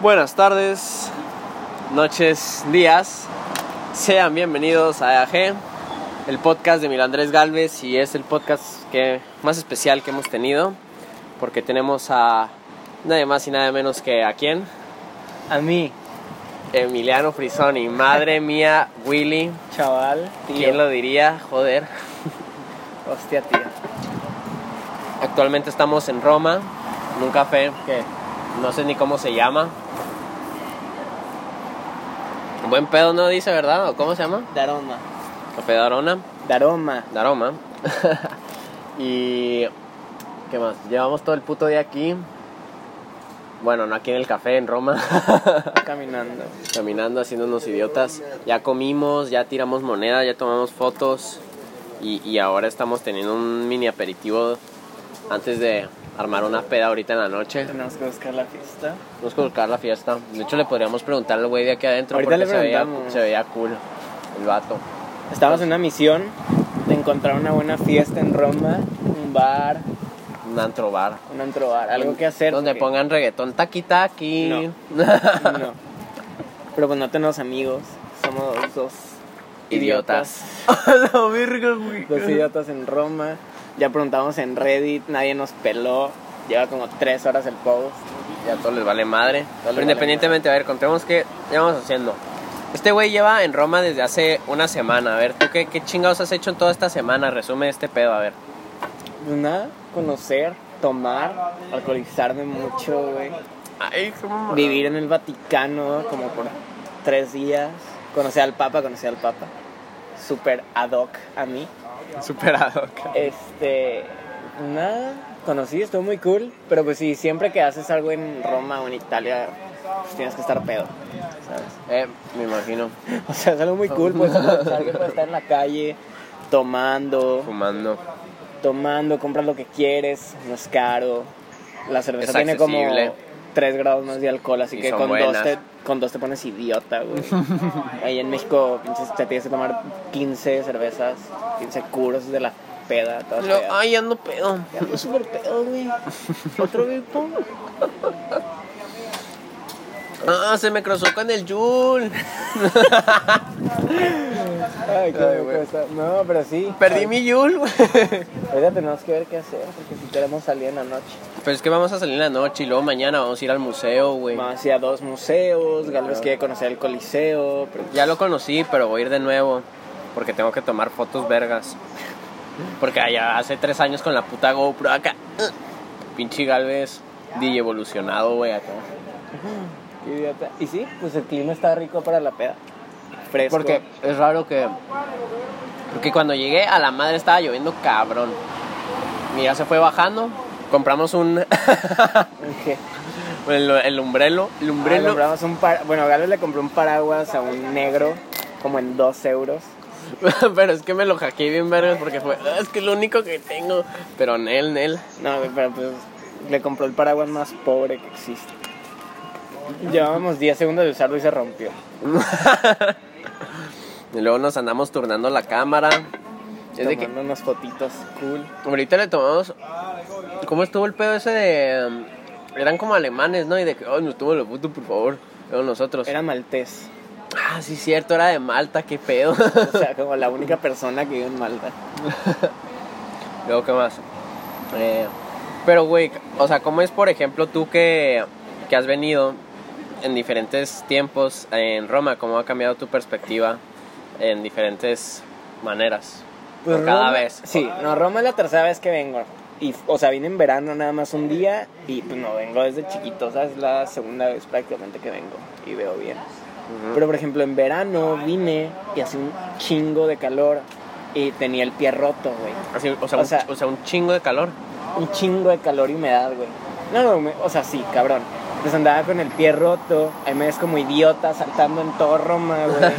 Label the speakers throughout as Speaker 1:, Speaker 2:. Speaker 1: Buenas tardes, noches, días. Sean bienvenidos a EAG, el podcast de Milandrés Galvez y es el podcast que, más especial que hemos tenido porque tenemos a nadie más y nada menos que a quién?
Speaker 2: A mí,
Speaker 1: Emiliano Frisoni. Madre mía, Willy,
Speaker 2: chaval, tío.
Speaker 1: ¿quién lo diría? Joder.
Speaker 2: Hostia, tío.
Speaker 1: Actualmente estamos en Roma, en un café,
Speaker 2: ¿Qué?
Speaker 1: no sé ni cómo se llama. Buen pedo no dice, ¿verdad? ¿O cómo se llama?
Speaker 2: Daroma.
Speaker 1: Café de Arona.
Speaker 2: Daroma.
Speaker 1: de aroma. y. ¿Qué más? Llevamos todo el puto día aquí. Bueno, no aquí en el café, en Roma.
Speaker 2: Caminando.
Speaker 1: Caminando, haciendo unos idiotas. Ya comimos, ya tiramos moneda, ya tomamos fotos. Y, y ahora estamos teniendo un mini aperitivo antes de armar una peda ahorita en la noche.
Speaker 2: Tenemos que buscar la pista.
Speaker 1: Vamos a colocar la fiesta. De hecho, le podríamos preguntar al güey de aquí adentro
Speaker 2: Ahorita
Speaker 1: porque
Speaker 2: le
Speaker 1: se, veía,
Speaker 2: preguntamos.
Speaker 1: se veía cool el vato.
Speaker 2: Estamos en una misión de encontrar una buena fiesta en Roma, un bar,
Speaker 1: Un antro bar.
Speaker 2: un antro bar, algo que hacer.
Speaker 1: Donde
Speaker 2: porque-
Speaker 1: pongan reggaetón taqui taqui.
Speaker 2: No. Pero pues no tenemos amigos, somos dos
Speaker 1: Idiotas. la verga, güey.
Speaker 2: Dos idiotas en Roma. Ya preguntamos en Reddit, nadie nos peló. Lleva como tres horas el post.
Speaker 1: Ya todo les vale madre. Pero
Speaker 2: vale
Speaker 1: independientemente, a ver, contemos qué llevamos haciendo. Este güey lleva en Roma desde hace una semana. A ver, ¿tú qué, qué chingados has hecho en toda esta semana? Resume este pedo, a ver.
Speaker 2: Pues nada, conocer, tomar, alcoholizarme mucho, güey.
Speaker 1: Ay, cómo...
Speaker 2: Vivir en el Vaticano como por tres días. Conocer al Papa, conocer al Papa. Super ad hoc a mí.
Speaker 1: superado. ca-
Speaker 2: Este. Nada, conocí, estuvo muy cool. Pero pues sí, siempre que haces algo en Roma o en Italia, pues tienes que estar pedo, ¿sabes?
Speaker 1: Eh, me imagino.
Speaker 2: O sea, es algo muy cool, pues pensar que puedes estar en la calle tomando,
Speaker 1: Fumando.
Speaker 2: tomando, compras lo que quieres, no es caro. La cerveza
Speaker 1: Es
Speaker 2: tiene como
Speaker 1: accesible.
Speaker 2: 3 grados más de alcohol, así
Speaker 1: Y
Speaker 2: que
Speaker 1: son
Speaker 2: con
Speaker 1: buenas.
Speaker 2: dos, te, con dos te pones idiota, güey. Ahí en México pinches, te tienes que tomar 15 cervezas, 15 curos de la peda. todas
Speaker 1: Lo- Ah.
Speaker 2: pedas.
Speaker 1: ay, ando pedo.
Speaker 2: Ya fue súper pedo, güey. Otro grupo.
Speaker 1: Ah, se me cruzó con el Jul. Ay,
Speaker 2: Ay, qué me
Speaker 1: güey.
Speaker 2: cuesta. No, pero sí.
Speaker 1: Perdí mi Jul, güey.
Speaker 2: Ahorita tenemos que ver qué hacer, porque si queremos salir en la noche.
Speaker 1: Pero es que vamos a salir en la noche y luego mañana vamos a ir al museo, güey.
Speaker 2: Vamos hacia dos museos, Galvez quiere conocer el Coliseo, pero
Speaker 1: Ya lo conocí, pero voy a ir de nuevo. Porque tengo que tomar fotos vergas. Porque allá hace tres años con la puta GoPro acá. Pinche Galvez, DJ evolucionado, güey, acá.
Speaker 2: qué idiota. Y sí, pues el clima está rico para la peda. Fresco.
Speaker 1: Porque es raro que. Porque cuando llegué a la madre estaba lloviendo cabrón. Mira, se fue bajando. Compramos un.
Speaker 2: ¿Qué?
Speaker 1: el, el umbrelo. El
Speaker 2: Ah, le
Speaker 1: umbrelo.
Speaker 2: compramos un par- Bueno, Galvez le compró un paraguas a un negro, como en dos euros.
Speaker 1: pero es que me lo hackeé bien vergas porque fue. "Ah, Es que es lo único que tengo. Pero Nel, Nel.
Speaker 2: No, güey, pero pues le compró el paraguas más pobre que existe. Llevábamos 10 segundos de usarlo y se rompió.
Speaker 1: Y luego nos andamos turnando la cámara. Es de que
Speaker 2: Tomando unas fotitos cool.
Speaker 1: ahorita le tomamos. ¿Cómo estuvo el pedo ese de.? um, Eran como alemanes, ¿no? Y de que, oh, nos toman la foto, por favor. Luego nosotros.
Speaker 2: Era maltés.
Speaker 1: Ah, sí, cierto, era de Malta, qué pedo.
Speaker 2: O sea, como la única persona que vive en Malta.
Speaker 1: luego, ¿qué más? Eh, pero, güey, o sea, ¿cómo es, por ejemplo, tú que, que has venido en diferentes tiempos en Roma? ¿Cómo ha cambiado tu perspectiva en diferentes maneras? Por cada
Speaker 2: Pues Roma-
Speaker 1: vez.
Speaker 2: Sí, no, Roma es la tercera vez que vengo. Y, o sea, vine en verano nada más un día y pues no, vengo desde chiquito, o sea, es la segunda vez prácticamente que vengo y veo bien. Pero por ejemplo, en verano vine y hacía un chingo de calor y tenía el pie roto, güey.
Speaker 1: Así, o, sea,
Speaker 2: O
Speaker 1: un,
Speaker 2: sea-
Speaker 1: o sea, un chingo de calor.
Speaker 2: Un chingo de calor y humedad, güey. No, no, me- o sea, sí, cabrón. Pues andaba con el pie roto, ahí me ves como idiota saltando en todo Roma, güey.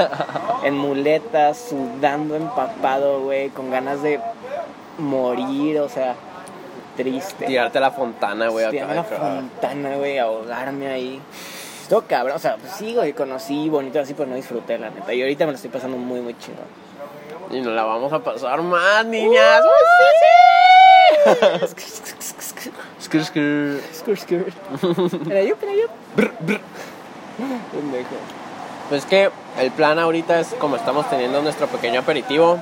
Speaker 2: en muletas, sudando empapado, güey, con ganas de morir, o sea, triste.
Speaker 1: Tirarte a la fontana, güey. acá,
Speaker 2: Tirarme a la
Speaker 1: acá.
Speaker 2: fontana, güey, ahogarme ahí. Estuvo cabrón, o sea, pues sí, güey, conocí bonito así, pero no disfruté, la neta. Y ahorita me lo estoy pasando muy, muy chido.
Speaker 1: Y nos la vamos a pasar más, niñas. Skr, skr.
Speaker 2: Skur, skur. Era yo, era yo. Pendejo.
Speaker 1: Pues que el plan ahorita es como estamos teniendo nuestro pequeño aperitivo,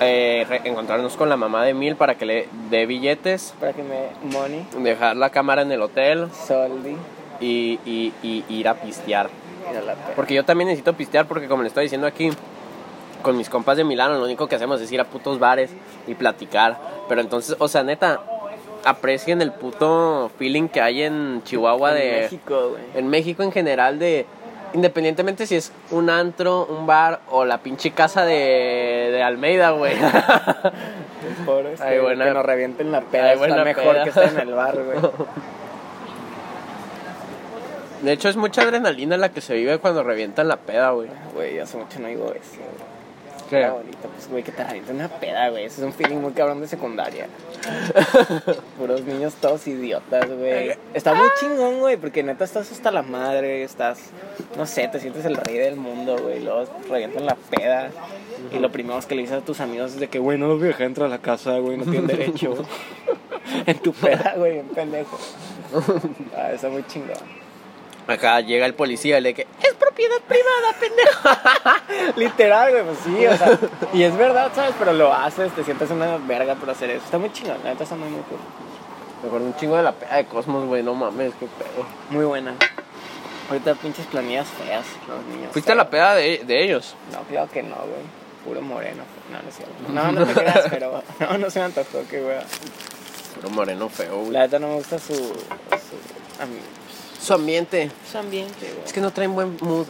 Speaker 1: eh, re- encontrarnos con la mamá de Mil para que le dé billetes,
Speaker 2: Para que me money,
Speaker 1: dejar la cámara en el hotel
Speaker 2: soldi,
Speaker 1: y, y- y ir a pistear.
Speaker 2: y a la perra.
Speaker 1: Porque yo también necesito pistear porque como le estoy diciendo aquí, con mis compas de Milano lo único que hacemos es ir a putos bares y platicar. Pero entonces, o sea, neta, aprecien el puto feeling que hay en Chihuahua de... eh,
Speaker 2: En México, güey.
Speaker 1: en México en general de independientemente si es un antro, un bar o la pinche casa de, de Almeida, güey.
Speaker 2: Los pobres.
Speaker 1: Ay,
Speaker 2: que-
Speaker 1: buena-
Speaker 2: este, Que nos revienten la peda.
Speaker 1: Ay,
Speaker 2: está
Speaker 1: buena
Speaker 2: mejor
Speaker 1: peda.
Speaker 2: que estar en el bar, güey.
Speaker 1: De hecho es mucha adrenalina la que se vive cuando revientan la peda, güey.
Speaker 2: Güey, hace mucho no digo eso, güey. Era bonito, pues, güey, que te revienten una peda, güey. Eso es un feeling muy cabrón de secundaria. Puros niños todos idiotas, güey. Está muy chingón, güey, porque neta estás hasta la madre, estás, no sé, te sientes el rey del mundo, güey. Luego revientan la peda. Y lo primero es que le dices a tus amigos es de que, güey, no los voy a dejar entrar a la casa, güey, no tienen derecho. en tu peda, güey, un pendejo. Ah, está muy chingón.
Speaker 1: Acá llega el policía y le dice, "Es propiedad privada, pendejo."
Speaker 2: Literal, güey, pues sí, o sea, y es verdad, ¿sabes? Pero lo haces, te sientes una verga por hacer eso. Está muy chingón, la neta está muy, muy cool.
Speaker 1: Me acuerdo un chingo de la peda de Cosmos, güey, no mames, qué pedo.
Speaker 2: Muy buena. Ahorita pinches planillas feas, los niños.
Speaker 1: ¿Fuiste a la peda de, de ellos?
Speaker 2: No, claro que no, güey. Puro moreno. No, no es cierto. No, no te creas, pero no, no se me antojó, que güey.
Speaker 1: Pero moreno feo, güey.
Speaker 2: La neta no me gusta su. su. a mí.
Speaker 1: Su ambiente.
Speaker 2: Su ambiente, güey.
Speaker 1: Es que no traen buen mood.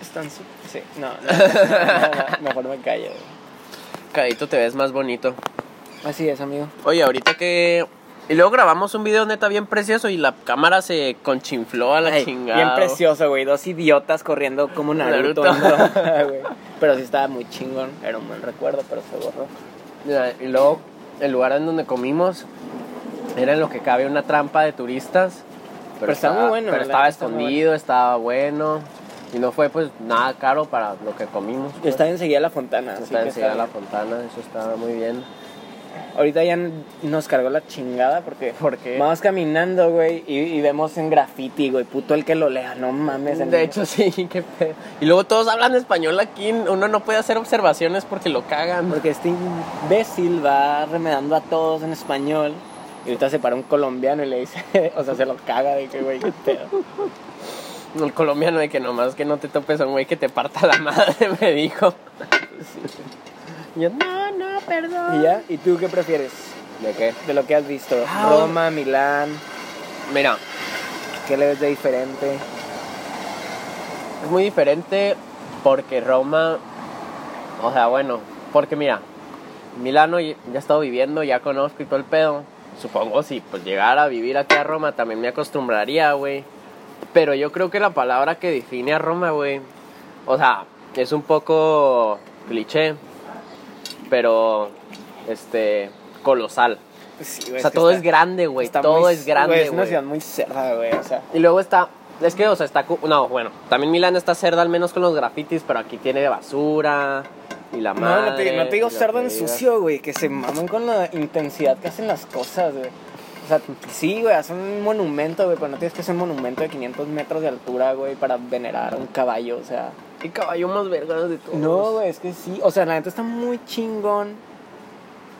Speaker 2: Están su. Sí, no, no, no, no, mejor me callo, güey.
Speaker 1: Cadito te ves más bonito.
Speaker 2: Así es, amigo.
Speaker 1: Oye, ahorita que. Y luego grabamos un video neta bien precioso y la cámara se conchinfló a la
Speaker 2: Ay,
Speaker 1: chingada.
Speaker 2: Bien precioso, güey. Dos idiotas corriendo como Naruto.
Speaker 1: Naruto.
Speaker 2: ¿no? Güey. pero sí estaba muy chingón. Era un buen recuerdo, pero se borró.
Speaker 1: Mira, Y luego el lugar en donde comimos era en lo que cabe una trampa de turistas.
Speaker 2: Pero está muy
Speaker 1: estaba-
Speaker 2: bueno,
Speaker 1: Pero
Speaker 2: la
Speaker 1: estaba
Speaker 2: neta está muy
Speaker 1: escondido, estaba bueno. Y no fue pues nada caro para lo que comimos. pues.
Speaker 2: Estaba enseguida la fontana. así
Speaker 1: Estaba
Speaker 2: que
Speaker 1: enseguida
Speaker 2: estaba
Speaker 1: la fontana, eso estaba muy bien.
Speaker 2: bien. Ahorita ya n- nos cargó la chingada porque
Speaker 1: ¿Por qué?
Speaker 2: vamos caminando, güey, y, y vemos en graffiti, güey. Puto el que lo lea, no mames. el-
Speaker 1: De hecho, sí, qué pedo. Y luego todos hablan español aquí, uno no puede hacer observaciones porque lo cagan.
Speaker 2: Porque este imbécil va remedando a todos en español. Y ahorita se para un colombiano y le dice, o sea, se lo caga de que, güey, qué pedo.
Speaker 1: El colombiano de que nomás que no te topes a un güey que te parta la madre, me dijo. Y Yo, no, no, perdón.
Speaker 2: Y ya, ¿y tú qué prefieres?
Speaker 1: ¿De qué?
Speaker 2: de lo que has visto.
Speaker 1: Ah,
Speaker 2: Roma, Milán,
Speaker 1: Mira,
Speaker 2: ¿qué le ves de diferente?
Speaker 1: es muy diferente porque Roma, o sea, bueno, porque mira, Milano y- ya he estado viviendo, ya conozco y todo el pedo. Supongo si pues llegara a vivir aquí a Roma también me acostumbraría, güey. Pero yo creo que la palabra que define a Roma, güey, o sea, es un poco cliché, pero este colosal.
Speaker 2: Pues
Speaker 1: O sea, todo es grande, güey. Todo es grande,
Speaker 2: Es una
Speaker 1: güey.
Speaker 2: ciudad muy cerrada, güey. O sea,
Speaker 1: Y luego está. Es que, o sea, está. cu- No, bueno. También Milán está cerda, al menos con los grafitis, pero aquí tiene basura. Y la madre.
Speaker 2: no, no te, no te digo
Speaker 1: y lo
Speaker 2: cerdo
Speaker 1: que
Speaker 2: en
Speaker 1: digas.
Speaker 2: sucio, güey. Que se maman con la intensidad que hacen las cosas, güey. O sea, sí, güey, hacen un monumento, güey, pero no tienes que hacer un monumento de 500 metros de altura, güey, para venerar a un caballo, o sea.
Speaker 1: Y caballo más vergas de todos.
Speaker 2: No, güey, es que sí. O sea, la neta está muy chingón,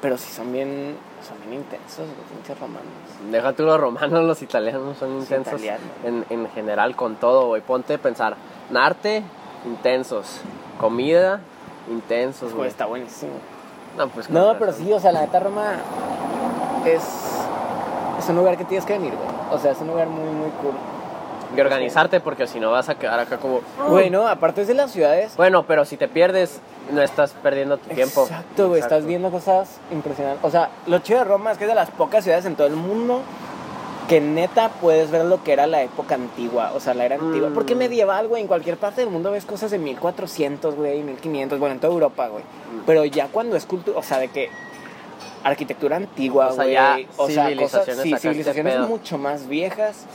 Speaker 2: pero sí son bien, son bien intensos, güey, pinches romanos.
Speaker 1: Deja tú los romanos, los italianos son intensos.
Speaker 2: italianos.
Speaker 1: En, en general, con todo, güey. Ponte a pensar. En arte, intensos. Comida, intensos,
Speaker 2: Güey,
Speaker 1: güey.
Speaker 2: está buenísimo.
Speaker 1: No, pues, con
Speaker 2: No,
Speaker 1: razón.
Speaker 2: pero sí, o sea, la neta Roma es, es un lugar que tienes que venir, güey. O sea, es un lugar muy, muy cool.
Speaker 1: Y organizarte, porque si no vas a quedar acá como.
Speaker 2: Bueno, aparte es de las ciudades.
Speaker 1: Bueno, pero si te pierdes, no estás perdiendo tu tiempo.
Speaker 2: Exacto, güey. Estás
Speaker 1: Exacto.
Speaker 2: viendo cosas impresionantes. O sea, lo chido de Roma es que es de las pocas ciudades en todo el mundo que neta puedes ver lo que era la época antigua. O sea, la era antigua.
Speaker 1: Mm.
Speaker 2: Porque medieval, güey, en cualquier parte del mundo ves cosas de 1400, güey, 1500. Bueno, en toda Europa, güey.
Speaker 1: Mm.
Speaker 2: Pero ya cuando es cultura, o sea, de que arquitectura antigua,
Speaker 1: O sea,
Speaker 2: güey.
Speaker 1: ya
Speaker 2: o sea, cosas,
Speaker 1: civilizaciones
Speaker 2: sí,
Speaker 1: acá,
Speaker 2: civilizaciones
Speaker 1: este pedo.
Speaker 2: mucho más viejas.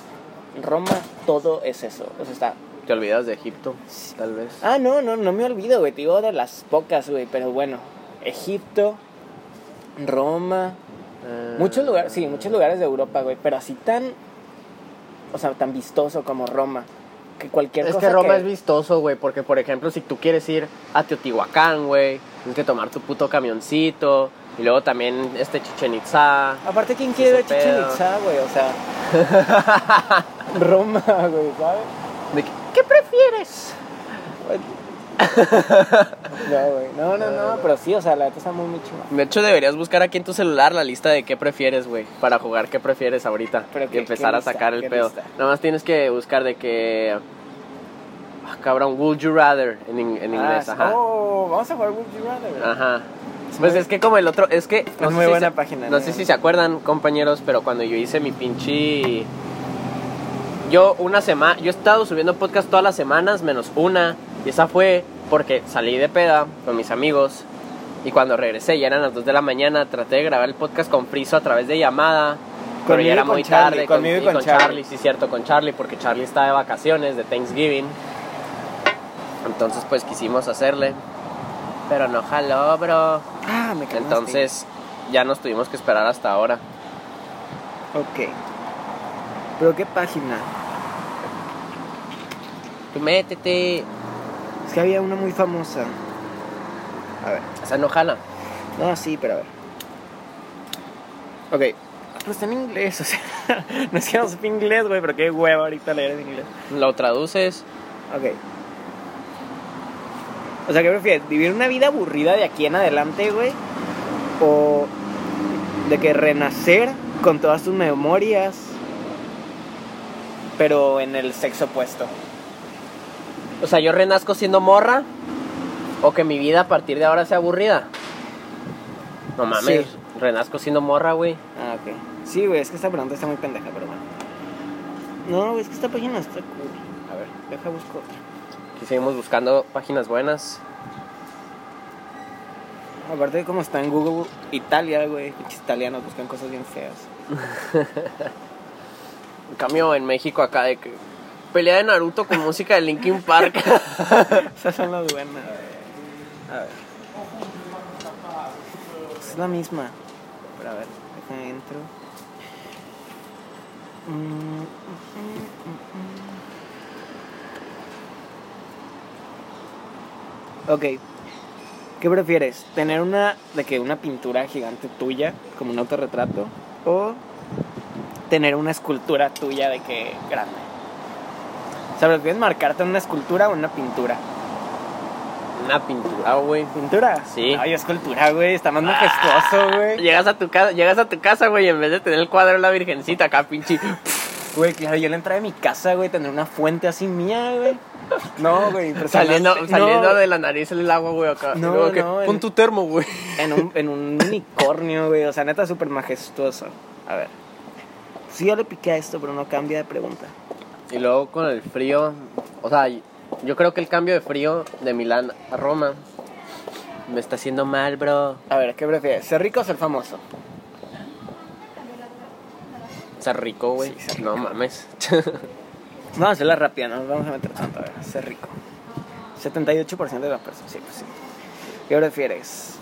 Speaker 2: Roma, todo es eso. O sea, está
Speaker 1: Te olvidas de Egipto, tal vez.
Speaker 2: Ah, no, no, no me olvido, güey. Te digo de las pocas, güey. Pero bueno, Egipto, Roma,
Speaker 1: Eh,
Speaker 2: muchos lugares, sí, muchos lugares de Europa, güey. Pero así tan, o sea, tan vistoso como Roma. que cualquier
Speaker 1: Es
Speaker 2: cosa.
Speaker 1: que Roma es vistoso, güey, porque por ejemplo, si tú quieres ir a Teotihuacán, güey, tienes que tomar tu puto camioncito. Y luego también este Chichen Itza.
Speaker 2: Aparte, ¿quién quiere ver
Speaker 1: Ese
Speaker 2: Chichen
Speaker 1: pedo.
Speaker 2: Itza, güey? O sea. Roma, güey, ¿sabes?
Speaker 1: De que, ¿Qué prefieres?
Speaker 2: No, güey. No, no,
Speaker 1: Ah.
Speaker 2: no, pero sí, o sea, la neta está muy, muy chula.
Speaker 1: De hecho, deberías buscar aquí en tu celular la lista de qué prefieres, güey, para jugar qué prefieres ahorita.
Speaker 2: Pero
Speaker 1: y
Speaker 2: qué-
Speaker 1: empezar
Speaker 2: qué
Speaker 1: a sacar
Speaker 2: lista,
Speaker 1: el
Speaker 2: qué
Speaker 1: pedo.
Speaker 2: lista.
Speaker 1: Nada más tienes que buscar de que. Ah, cabrón, would you rather en, in- en inglés,
Speaker 2: Ah,
Speaker 1: ajá.
Speaker 2: Oh, vamos a jugar Would You Rather, güey.
Speaker 1: Ajá. Pues
Speaker 2: muy-
Speaker 1: es que como el otro, es que...
Speaker 2: Es muy buena página, eh.
Speaker 1: No
Speaker 2: muy
Speaker 1: sé si
Speaker 2: buena.
Speaker 1: se acuerdan, compañeros, pero cuando yo hice mi pinche... Yo una semana, yo he estado subiendo podcast todas las semanas, menos una. Y esa fue porque salí de peda con mis amigos. Y cuando regresé, ya eran las 2 de la mañana, traté de grabar el podcast con Friso a través de llamada. pero
Speaker 2: Conmigo
Speaker 1: ya
Speaker 2: y
Speaker 1: era
Speaker 2: con
Speaker 1: muy
Speaker 2: Charlie,
Speaker 1: tarde.
Speaker 2: conmigo y
Speaker 1: y
Speaker 2: con
Speaker 1: con
Speaker 2: Charlie.
Speaker 1: Charlie, sí, cierto, con Charlie, porque Charlie está de vacaciones, de Thanksgiving. Entonces, pues quisimos hacerle. Pero no jaló, bro.
Speaker 2: Ah, me calmaste.
Speaker 1: Entonces, ya nos tuvimos que esperar hasta ahora.
Speaker 2: Ok. ¿Pero qué página?
Speaker 1: Tú métete.
Speaker 2: Es que había una muy famosa. A ver.
Speaker 1: O sea, no jala.
Speaker 2: No, sí, pero a ver. Ok. Pero está en inglés, o sea. no es que no sepa inglés, güey, pero qué hueva ahorita leer en inglés.
Speaker 1: Lo traduces.
Speaker 2: Ok. O sea, ¿qué prefieres? ¿Vivir una vida aburrida de aquí en adelante, güey? ¿O de que renacer con todas tus memorias, pero en el sexo opuesto?
Speaker 1: O sea, yo renazco siendo morra. O que mi vida a partir de ahora sea aburrida. No mames.
Speaker 2: Sí.
Speaker 1: Renazco siendo morra, güey.
Speaker 2: Ah, ok. Sí, güey, es que esta pregunta está muy pendeja, pero bueno. No, güey, es que esta página está cool. A ver, deja busco otra.
Speaker 1: Aquí seguimos buscando páginas buenas.
Speaker 2: Aparte de cómo está en Google Italia, güey, pinches italianos buscan cosas bien feas.
Speaker 1: En cambio, en México acá de que... Pelea de Naruto con música de Linkin Park.
Speaker 2: Esas son las buenas. A ver. Es la misma. Pero a ver, acá entro. Mm, mm, mm, mm, mm. Ok. ¿Qué prefieres? ¿Tener una de que una pintura gigante tuya, como un autorretrato? ¿O tener una escultura tuya de que grande? O sea, ¿prefieres marcarte en una escultura o en una pintura?
Speaker 1: Una pintura, ah, güey.
Speaker 2: ¿Pintura?
Speaker 1: Sí.
Speaker 2: Ay, escultura, güey. Está más majestuoso, güey.
Speaker 1: Llegas a tu casa, llegas a tu casa, güey, y en vez de tener el cuadro de la virgencita acá, pinche.
Speaker 2: Güey, claro, yo en la entrada de mi casa, güey, tener una fuente así mía, güey. No, güey, impresionante.
Speaker 1: Saliendo,
Speaker 2: No,
Speaker 1: saliendo de la nariz el agua, güey, acá.
Speaker 2: No,
Speaker 1: Y luego que,
Speaker 2: no, en-
Speaker 1: Pon tu termo, güey.
Speaker 2: En un, en un unicornio, güey. O sea, neta, súper majestuoso. A ver. Sí, yo le piqué a esto, pero no cambia de pregunta.
Speaker 1: Y luego con el frío, o sea, yo creo que el cambio de frío de Milán a Roma me está haciendo mal, bro.
Speaker 2: A ver, ¿qué prefieres? ¿Ser rico o ser famoso?
Speaker 1: Está rico, güey.
Speaker 2: Sí, está rico.
Speaker 1: No mames.
Speaker 2: Vamos a hacerla rápida, no nos vamos a meter tanto. A ver, ser rico. 78% de las personas, sí, pues sí. ¿Qué prefieres?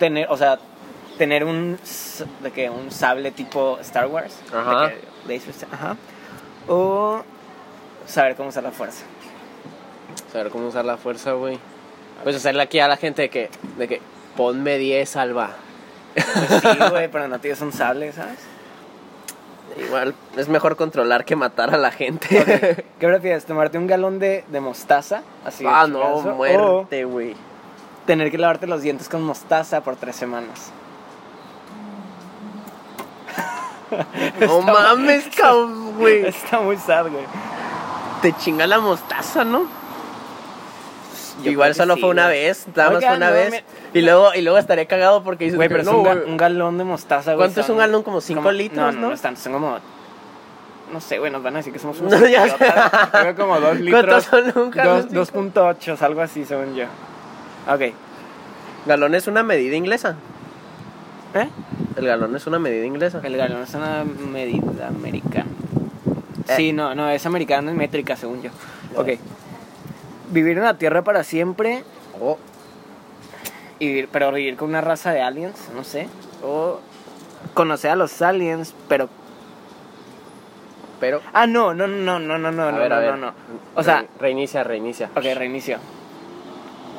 Speaker 2: Tener, o sea, tener un, s- de que un sable tipo Star Wars. de
Speaker 1: Ajá.
Speaker 2: que laser sa- ajá. O saber cómo usar la fuerza.
Speaker 1: Saber cómo usar la fuerza, güey. Pues hacerle aquí a la gente de que, de que ponme 10, Alba.
Speaker 2: Pues sí, güey, pero no tienes un sable, ¿sabes?
Speaker 1: Igual es mejor controlar que matar a la gente.
Speaker 2: Ok, ¿Qué prefieres? ¿Tomarte un galón de, de mostaza? Así de
Speaker 1: ah, no,
Speaker 2: chingazo, Oh. O
Speaker 1: muerte, güey.
Speaker 2: tener que lavarte los dientes con mostaza por tres semanas.
Speaker 1: No mames, cabrón, güey.
Speaker 2: Está muy sad, güey.
Speaker 1: Te chinga la mostaza, ¿no?
Speaker 2: Yo
Speaker 1: Igual
Speaker 2: creo que
Speaker 1: solo
Speaker 2: sí,
Speaker 1: fue una
Speaker 2: güey.
Speaker 1: vez, nada más
Speaker 2: Oigan,
Speaker 1: fue una
Speaker 2: no,
Speaker 1: vez.
Speaker 2: me-
Speaker 1: Y luego, y luego estaré cagado porque dices
Speaker 2: Güey,
Speaker 1: que
Speaker 2: pero es
Speaker 1: no,
Speaker 2: un, ga-
Speaker 1: güey.
Speaker 2: un galón de mostaza, güey.
Speaker 1: ¿Cuánto es
Speaker 2: son-
Speaker 1: un galón? Como cinco
Speaker 2: como-
Speaker 1: litros,
Speaker 2: no,
Speaker 1: ¿no?
Speaker 2: no es tanto, son como... No sé, güey, nos van a decir que somos unos
Speaker 1: No, ya sé.
Speaker 2: idiotas. Creo como dos litros.
Speaker 1: ¿Cuántos son un galón?
Speaker 2: dos- 2.8, algo así, según yo. Ok. ¿Eh?
Speaker 1: Galón es una medida inglesa. El galón es una medida inglesa.
Speaker 2: El galón es una medida americana.
Speaker 1: Eh.
Speaker 2: Sí, no, no, es americana, es métrica, según yo. Ok. Vivir en la Tierra para siempre,
Speaker 1: Oh,
Speaker 2: y vivir- pero vivir con una raza de aliens, no oh, sé. O conocer a los aliens, pero
Speaker 1: pero...
Speaker 2: Ah, no, no, no, no, no, no,
Speaker 1: a
Speaker 2: no,
Speaker 1: ver,
Speaker 2: no,
Speaker 1: a ver.
Speaker 2: no, no. O sea,
Speaker 1: Re- reinicia, reinicia.
Speaker 2: ok, reinicio.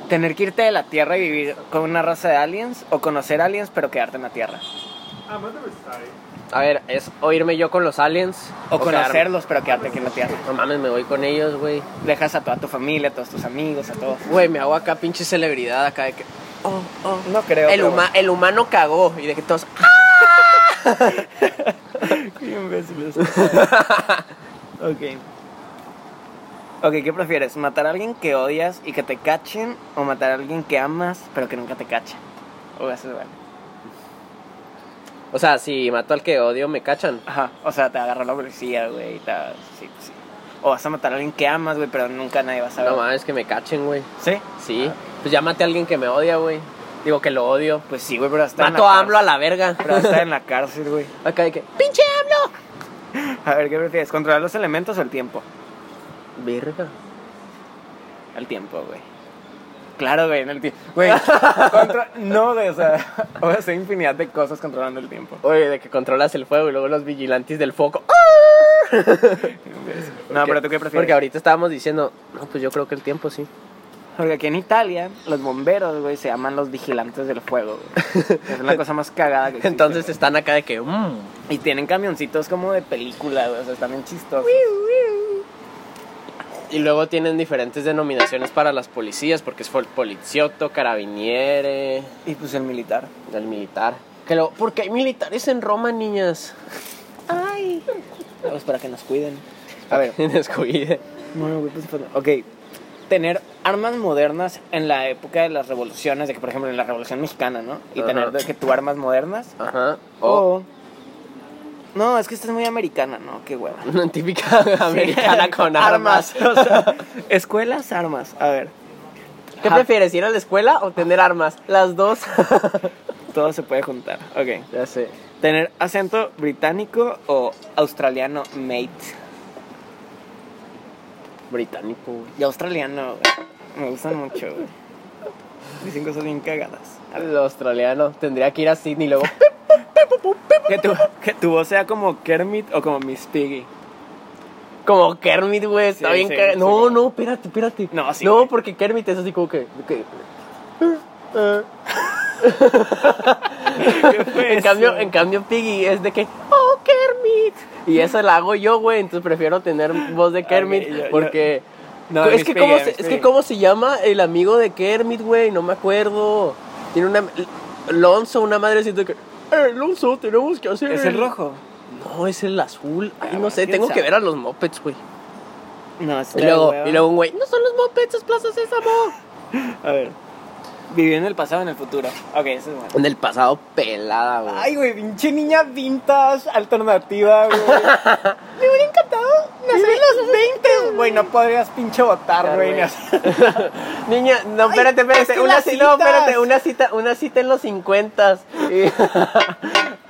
Speaker 2: Tener que irte de la Tierra y vivir con una raza de aliens o conocer aliens pero quedarte en la Tierra.
Speaker 1: A ver, es o irme yo con los aliens.
Speaker 2: O
Speaker 1: quedarme-
Speaker 2: conocerlos pero quedarte aquí en la Tierra.
Speaker 1: No mames, me voy con ellos, güey.
Speaker 2: Dejas a toda tu familia, a todos tus amigos, a todos.
Speaker 1: Güey, me hago acá pinche celebridad acá de que... Oh, oh.
Speaker 2: No creo.
Speaker 1: El,
Speaker 2: pero
Speaker 1: huma- el humano cagó y de que todos... "Ah".
Speaker 2: Qué imbéciles. ok. Ok, ¿qué prefieres? ¿Matar a alguien que odias y que te cachen? ¿O matar a alguien que amas pero que nunca te cacha? O Oh, eso es bueno.
Speaker 1: O sea, si mato al que odio, me cachan.
Speaker 2: Ajá. O sea, te agarra la policía, güey. y te- Sí, pues sí. O vas a matar a alguien que amas, güey, pero nunca nadie va a saber.
Speaker 1: No mames, que me cachen, güey.
Speaker 2: ¿Sí?
Speaker 1: Sí. Pues ya maté a alguien que me odia, güey. Digo que lo odio.
Speaker 2: Pues sí, güey, pero hasta.
Speaker 1: Mato a AMLO a la verga.
Speaker 2: Pero está en la cárcel, güey.
Speaker 1: Acá de que... ¡Pinche AMLO!
Speaker 2: A ver, ¿qué prefieres? ¿Controlar los elementos o el tiempo?
Speaker 1: Verga.
Speaker 2: El tiempo, güey. Claro, güey, en el tiempo. Güey, contra- no, güey, o sea, voy a hacer infinidad de cosas controlando el tiempo.
Speaker 1: Oye, de que controlas el fuego y luego los vigilantes del foco.
Speaker 2: No, pero tú qué
Speaker 1: Porque
Speaker 2: prefieres.
Speaker 1: ahorita estábamos diciendo, no, pues yo creo que el tiempo sí.
Speaker 2: Porque aquí en Italia, los bomberos, güey, se llaman los vigilantes del fuego, güey. Es la cosa más cagada que existe,
Speaker 1: Entonces
Speaker 2: güey.
Speaker 1: están acá de que, mmm.
Speaker 2: Y tienen camioncitos como de película, güey, o sea, están bien chistosos.
Speaker 1: Y luego tienen diferentes denominaciones para las policías, porque es fol- policioto, carabiniere,
Speaker 2: Y pues el militar.
Speaker 1: el militar. Que lo, porque hay militares en Roma, niñas.
Speaker 2: Ay. Pues para que nos cuiden. A ver,
Speaker 1: Descuide.
Speaker 2: Bueno, güey, pues, pues, ok. Tener armas modernas en la época de las revoluciones, de que por ejemplo en la Revolución Mexicana, ¿no? Y
Speaker 1: Ajá.
Speaker 2: tener de que tú armas modernas.
Speaker 1: Ajá. O
Speaker 2: O. No, es que esta es muy americana, ¿no? Qué hueva.
Speaker 1: una típica americana con armas.
Speaker 2: o sea, escuelas, armas. A ver,
Speaker 1: ¿Qué prefieres, ir a la escuela o tener armas? Las dos.
Speaker 2: todo se puede juntar. Ok.
Speaker 1: ya sé.
Speaker 2: Tener acento británico o australiano, mate.
Speaker 1: Británico, güey.
Speaker 2: Y australiano, güey. Me gustan mucho, güey. Dicen cosas bien cagadas.
Speaker 1: Lo australiano. Tendría que ir a Sydney y luego.
Speaker 2: Que tu, que tu voz sea como Kermit o como Miss Piggy.
Speaker 1: Como Kermit, güey, está
Speaker 2: Sí,
Speaker 1: bien
Speaker 2: sí,
Speaker 1: que-
Speaker 2: sí.
Speaker 1: No, no, espérate, espérate.
Speaker 2: No, sí,
Speaker 1: No,
Speaker 2: güey.
Speaker 1: porque Kermit es así como que. que-
Speaker 2: ¿Qué fue
Speaker 1: En
Speaker 2: eso?
Speaker 1: cambio, en cambio Piggy es de que, oh, Kermit. Y eso la hago yo, güey, entonces prefiero tener voz de Kermit
Speaker 2: yo- yo-
Speaker 1: porque...
Speaker 2: No,
Speaker 1: es,
Speaker 2: Miss
Speaker 1: que
Speaker 2: Piggy,
Speaker 1: cómo
Speaker 2: Miss
Speaker 1: se, es que
Speaker 2: Piggy.
Speaker 1: cómo se llama el amigo de Kermit, güey, no me acuerdo. Tiene una... Lonzo, una madrecita que... Eh, Lonzo, tenemos que hacer...
Speaker 2: ¿Es el rojo?
Speaker 1: No, es el azul. Ay,
Speaker 2: Ah,
Speaker 1: no
Speaker 2: bueno,
Speaker 1: sé,
Speaker 2: quién
Speaker 1: tengo que
Speaker 2: sabe.
Speaker 1: ver a los mopeds, güey.
Speaker 2: No, está
Speaker 1: Y
Speaker 2: de
Speaker 1: luego,
Speaker 2: hueva.
Speaker 1: y luego un güey, no son los mopeds, es Plaza Sésamo.
Speaker 2: A ver. Vivir en el pasado o en el futuro. Ok, eso es bueno.
Speaker 1: En el pasado, pelada, güey.
Speaker 2: Ay, güey, pinche niña vintage, alternativa, güey. Me hubiera encantado nacer en los 20. Güey, no podrías pinche votar, güey.
Speaker 1: güey. Niña, no, espérate, espérate,
Speaker 2: es que
Speaker 1: una
Speaker 2: las
Speaker 1: cita, no, espérate,
Speaker 2: citas.
Speaker 1: una cita, una cita en los 50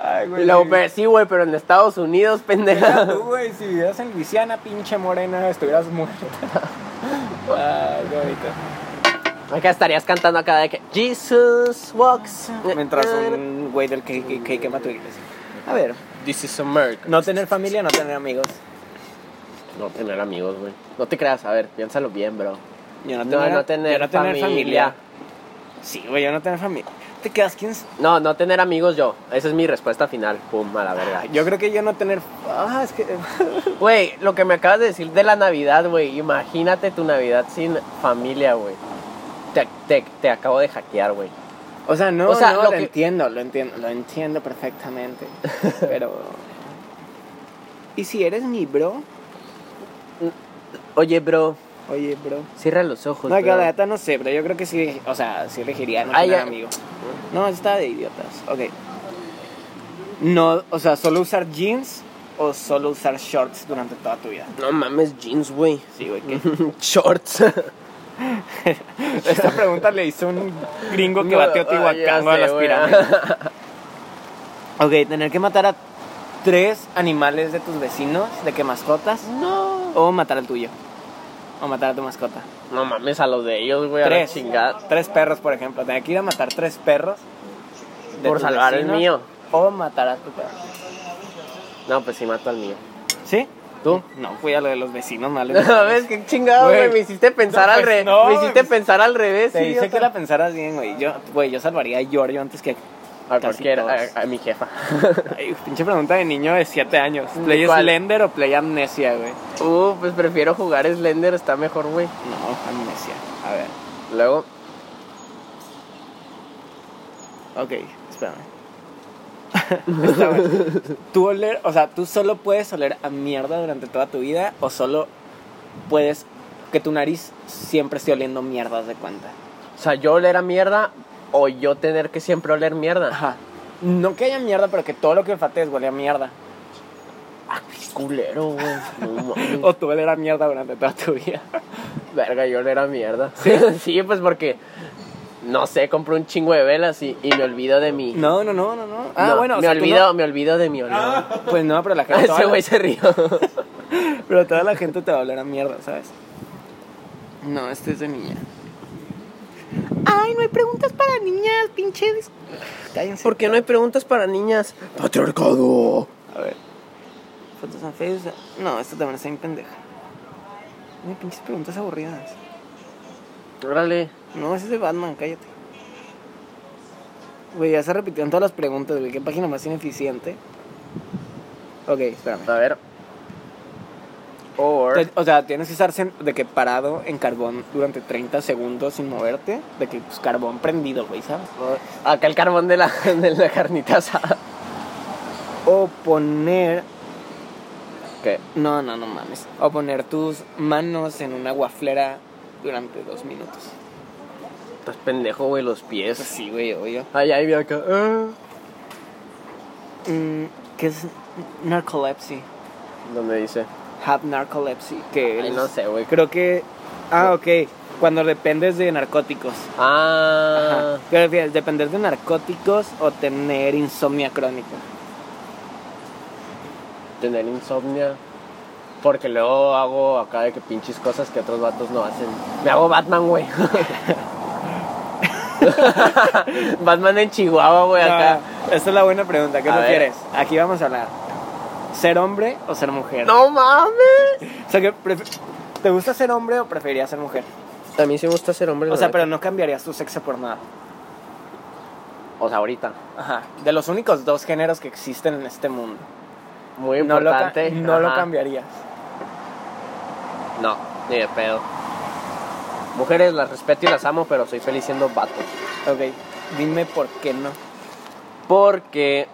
Speaker 2: Ay,
Speaker 1: Y luego,
Speaker 2: pues.
Speaker 1: pero sí, güey, pero en Estados Unidos,
Speaker 2: Mira
Speaker 1: pendeja.
Speaker 2: tú, güey, si vivieras en Luisiana, pinche morena, estuvieras muerta. Ay, qué bonito.
Speaker 1: Acá estarías cantando acá de que Jesus walks.
Speaker 2: Mientras un güey del que, que- que quema tu iglesia. A ver,
Speaker 1: This is America.
Speaker 2: no tener familia, no tener amigos.
Speaker 1: No tener amigos, güey. No te creas, a ver, piénsalo bien, bro.
Speaker 2: Yo no
Speaker 1: No,
Speaker 2: tener,
Speaker 1: no tener
Speaker 2: yo no tener familia.
Speaker 1: familia.
Speaker 2: Sí, güey, yo no tener familia. Te quedas 15.
Speaker 1: No, no tener amigos yo. Esa es mi respuesta final. Pum, a la verga.
Speaker 2: Yo creo que yo no tener. Ah, es que.
Speaker 1: Güey, lo que me acabas de decir de la Navidad, güey. Imagínate tu Navidad sin familia, güey. Te, te- te acabo de hackear, güey.
Speaker 2: O sea, no,
Speaker 1: O sea,
Speaker 2: no,
Speaker 1: lo
Speaker 2: lo,
Speaker 1: que-
Speaker 2: entiendo, lo entiendo, lo entiendo perfectamente. pero. ¿Y si eres mi bro?
Speaker 1: Oye, bro,
Speaker 2: Oye, bro.
Speaker 1: cierra los ojos.
Speaker 2: No, que
Speaker 1: bro.
Speaker 2: la neta no sé, pero yo creo que sí, o sea, sí elegiría no
Speaker 1: Ay,
Speaker 2: tener
Speaker 1: Ah, ya.
Speaker 2: amigo. No, está de idiotas. Ok. No, o sea, solo usar jeans o solo usar shorts durante toda tu vida.
Speaker 1: No mames, jeans, güey.
Speaker 2: Sí, güey, que
Speaker 1: Shorts.
Speaker 2: esta pregunta le hizo un gringo que
Speaker 1: No,
Speaker 2: bateó
Speaker 1: ah, ya
Speaker 2: Tihuacán
Speaker 1: sé,
Speaker 2: a las
Speaker 1: güey.
Speaker 2: pirámides. Ok, tener que matar a tres animales de tus vecinos, de que mascotas,
Speaker 1: No.
Speaker 2: o matar al tuyo. O matar a tu mascota.
Speaker 1: No mames a los de ellos, güey. A la
Speaker 2: Tres.
Speaker 1: chingada.
Speaker 2: Tres perros, por ejemplo. Tener que ir a matar tres perros. de
Speaker 1: Por
Speaker 2: tus
Speaker 1: salvar el mío.
Speaker 2: O matar a tu perro.
Speaker 1: No, pues sí mato al mío.
Speaker 2: ¿Sí?
Speaker 1: ¿Tú?
Speaker 2: No, fui a lo de los vecinos malos.
Speaker 1: No, ves qué chingado,
Speaker 2: Güey.
Speaker 1: güey. Me hiciste pensar
Speaker 2: No,
Speaker 1: al
Speaker 2: pues
Speaker 1: revés. me
Speaker 2: no, güey,
Speaker 1: hiciste
Speaker 2: pues-
Speaker 1: pensar al revés.
Speaker 2: Te dice
Speaker 1: idiota.
Speaker 2: que la pensaras bien, güey. Yo, güey, yo salvaría a Giorgio antes que...
Speaker 1: A
Speaker 2: casi
Speaker 1: cualquiera,
Speaker 2: todos.
Speaker 1: a, a mi jefa.
Speaker 2: Ay, pinche pregunta de niño de 7 años. ¿Play
Speaker 1: ¿Cuál?
Speaker 2: Slender o Play Amnesia, güey?
Speaker 1: Uh, pues prefiero jugar Slender, está mejor, güey.
Speaker 2: No, Amnesia. A ver.
Speaker 1: Luego,
Speaker 2: Ok, espérame. Está bueno. ¿Tú oler, o sea, tú solo puedes oler a mierda durante toda tu vida o solo puedes que tu nariz siempre esté oliendo mierdas de cuenta?
Speaker 1: o sea, yo oler a mierda o yo tener que siempre oler mierda.
Speaker 2: Ajá. No que haya mierda, pero que todo lo que olfatees huele a mierda.
Speaker 1: Culero, güey. No mames.
Speaker 2: O tú oler a mierda durante toda tu vida.
Speaker 1: Verga, yo oler a mierda. ¿Sí? pues porque, no sé, compro un chingo de velas y, y me olvido de mi.
Speaker 2: No, no, no, no, no. Ah,
Speaker 1: No, Ah.
Speaker 2: bueno, o
Speaker 1: me
Speaker 2: sea, tú no-
Speaker 1: olvido, me olvido de mi olor.
Speaker 2: Pues no, pero la gente. toda
Speaker 1: Ese
Speaker 2: la-
Speaker 1: güey se rió.
Speaker 2: Pero toda la gente te va a hablar a mierda, ¿sabes? No, este es de niña. Ay, no hay preguntas para niñas, pinches. Cállense.
Speaker 1: ¿Por qué no hay preguntas para niñas? Patriarcado.
Speaker 2: A ver. Fotos en Facebook. No, esta también está bien pendeja. Ay, pinches preguntas aburridas.
Speaker 1: Órale.
Speaker 2: No, ese es de Batman, cállate. Güey, ya se repitieron todas las preguntas, güey. ¿Qué página más ineficiente? Ok, espérame.
Speaker 1: A ver. Or.
Speaker 2: Te- O sea, tienes que estar sen- de que parado en carbón durante 30 segundos sin moverte. De que pues, carbón prendido, güey, ¿sabes?
Speaker 1: Acá el carbón de la, de la carnita asada.
Speaker 2: O poner.
Speaker 1: ¿Qué?
Speaker 2: No, no, no mames. O poner tus manos en una guaflera durante dos minutos.
Speaker 1: Estás pendejo, güey, los
Speaker 2: Pues
Speaker 1: pies.
Speaker 2: sí, güey, obvio.
Speaker 1: Ay, ay, mira acá. Ah.
Speaker 2: Mm, ¿Qué es narcolepsy?
Speaker 1: ¿Dónde dice?
Speaker 2: Have narcolepsy. Que
Speaker 1: Ay,
Speaker 2: es-
Speaker 1: no sé, güey.
Speaker 2: Creo que. Ah, ok. Cuando dependes de narcóticos.
Speaker 1: Ah.
Speaker 2: Ajá. ¿Qué prefieres? ¿Depender de narcóticos o tener insomnia crónica?
Speaker 1: Tener insomnia. Porque luego hago acá de que pinches cosas que otros vatos no hacen. Me hago Batman, güey. Batman en Chihuahua, güey, acá.
Speaker 2: No, esta Ah, es la buena pregunta. ¿Qué
Speaker 1: A ver.
Speaker 2: prefieres? Aquí vamos a hablar. ¿Ser hombre o ser mujer?
Speaker 1: ¡No mames!
Speaker 2: O sea, que pref- ¿te gusta ser hombre o preferirías ser mujer?
Speaker 1: A mí sí me gusta ser hombre.
Speaker 2: O
Speaker 1: la
Speaker 2: sea,
Speaker 1: neta.
Speaker 2: pero no cambiarías tu sexo por nada.
Speaker 1: O sea, ahorita.
Speaker 2: Ajá. De los únicos dos géneros que existen en este mundo.
Speaker 1: Muy
Speaker 2: No lo, ca-
Speaker 1: importante.
Speaker 2: no lo
Speaker 1: Ajá.
Speaker 2: cambiarías.
Speaker 1: No, ni de pedo. Mujeres las respeto y las amo, pero soy feliz siendo vato.
Speaker 2: Ok. Dime por qué no.
Speaker 1: Porque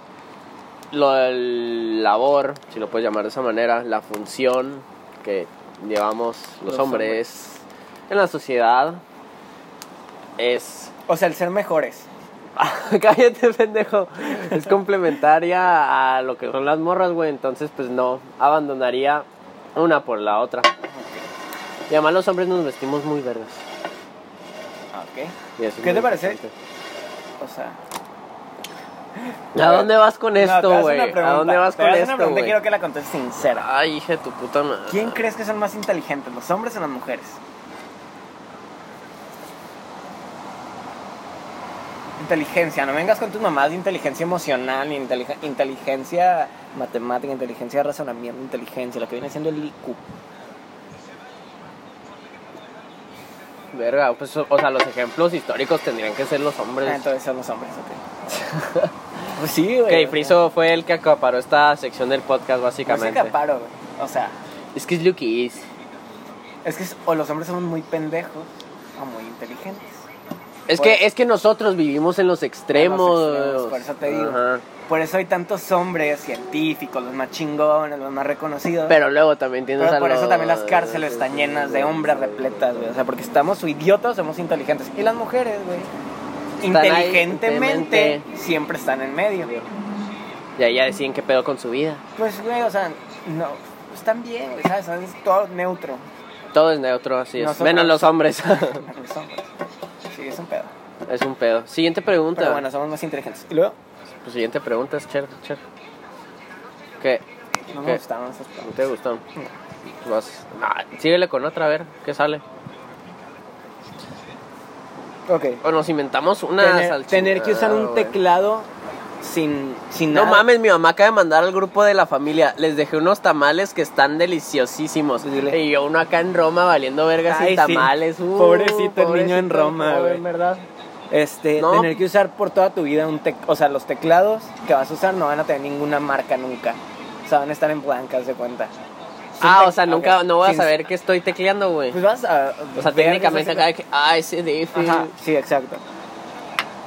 Speaker 1: lo del labor, si lo puedes llamar de esa manera, la función que llevamos los,
Speaker 2: Los
Speaker 1: hombres, en la sociedad es.
Speaker 2: O sea, el ser mejores.
Speaker 1: Cállate, pendejo. Es complementaria a lo que son las morras, güey. Entonces, pues no, abandonaría una por la otra. Y además, los hombres nos vestimos muy verdes.
Speaker 2: Ok.
Speaker 1: Y eso es
Speaker 2: ¿Qué
Speaker 1: muy
Speaker 2: te parece?
Speaker 1: importante.
Speaker 2: O sea.
Speaker 1: ¿A dónde vas con
Speaker 2: No, te voy
Speaker 1: esto,
Speaker 2: a hacer
Speaker 1: güey?
Speaker 2: una
Speaker 1: ¿A
Speaker 2: pregunta.
Speaker 1: dónde vas
Speaker 2: Te
Speaker 1: con
Speaker 2: voy a hacer una
Speaker 1: esto,
Speaker 2: pregunta y
Speaker 1: güey?
Speaker 2: quiero que la contestes sincera.
Speaker 1: Ay, hija de tu puta madre.
Speaker 2: ¿Quién crees que son más inteligentes, los hombres o las mujeres? Inteligencia, no vengas con tus mamás de inteligencia emocional, ni inteligen- inteligencia matemática, inteligencia de razonamiento, inteligencia, lo que viene siendo el IQ.
Speaker 1: Verga, pues, o o sea, los ejemplos históricos tendrían que ser los hombres.
Speaker 2: Ah, entonces son los hombres, ok. pues sí, güey.
Speaker 1: Ok,
Speaker 2: o sea,
Speaker 1: Friso fue el que acaparó esta sección del podcast,
Speaker 2: No se
Speaker 1: básicamente.
Speaker 2: acaparo, güey. O sea,
Speaker 1: es que es Luquis.
Speaker 2: es que es- o los hombres son muy pendejos o muy inteligentes.
Speaker 1: Es
Speaker 2: Pues-
Speaker 1: que, es que nosotros vivimos en los extremos.
Speaker 2: extremos, por eso te digo.
Speaker 1: Ajá.
Speaker 2: Por eso hay tantos hombres científicos, los más chingones, los más reconocidos.
Speaker 1: Pero luego también tienes
Speaker 2: Pero
Speaker 1: a
Speaker 2: por eso
Speaker 1: los-
Speaker 2: también las cárceles están llenas de hombres repletas, güey. O sea, porque estamos o idiotas o somos inteligentes. Y las mujeres, güey.
Speaker 1: Están ahí,
Speaker 2: Inteligentemente
Speaker 1: inteligente.
Speaker 2: siempre están en medio.
Speaker 1: Y ahí ya deciden qué pedo con su vida.
Speaker 2: Pues, güey, o sea, no. Están bien, güey, ¿sabes? Es todo neutro.
Speaker 1: Todo es neutro, así es.
Speaker 2: Nosotros-
Speaker 1: Menos los hombres.
Speaker 2: Los hombres. Sí, es un pedo.
Speaker 1: es un pedo. Siguiente pregunta.
Speaker 2: Pero bueno, somos más inteligentes. Y luego,
Speaker 1: Pues siguiente pregunta es Cher, Cher. ¿Qué?
Speaker 2: no
Speaker 1: ¿Qué?
Speaker 2: me gustaban esas
Speaker 1: ¿No
Speaker 2: preguntas.
Speaker 1: te gustó? Vas- Ah, síguele con otra, a ver, ¿qué sale?
Speaker 2: Ok.
Speaker 1: O nos inventamos una
Speaker 2: Tener,
Speaker 1: salchipapa,
Speaker 2: tener que usar un
Speaker 1: güey.
Speaker 2: teclado sin, sin
Speaker 1: No
Speaker 2: nada.
Speaker 1: mames, mi mamá acaba de mandar al grupo de la familia. Les dejé unos tamales que están deliciosísimos.
Speaker 2: Pues dile.
Speaker 1: Y yo uno acá en Roma valiendo vergas
Speaker 2: Ay, sí.
Speaker 1: sin tamales. Uh,
Speaker 2: Pobrecito el niño en Roma,
Speaker 1: pobre,
Speaker 2: güey.
Speaker 1: en verdad.
Speaker 2: Este,
Speaker 1: No.
Speaker 2: tener que usar por toda tu vida un tec o sea, los teclados que vas a usar no van a tener ninguna marca nunca. O sea, van a estar en blancas de cuenta. Es un
Speaker 1: Ah,
Speaker 2: tec-
Speaker 1: o sea, nunca,
Speaker 2: ok,
Speaker 1: no voy a
Speaker 2: sin-
Speaker 1: saber que estoy tecleando, güey.
Speaker 2: Pues vas a
Speaker 1: O sea,
Speaker 2: ver
Speaker 1: técnicamente
Speaker 2: esas-
Speaker 1: acá que. Ah, ese difícil.
Speaker 2: Ajá, sí, exacto.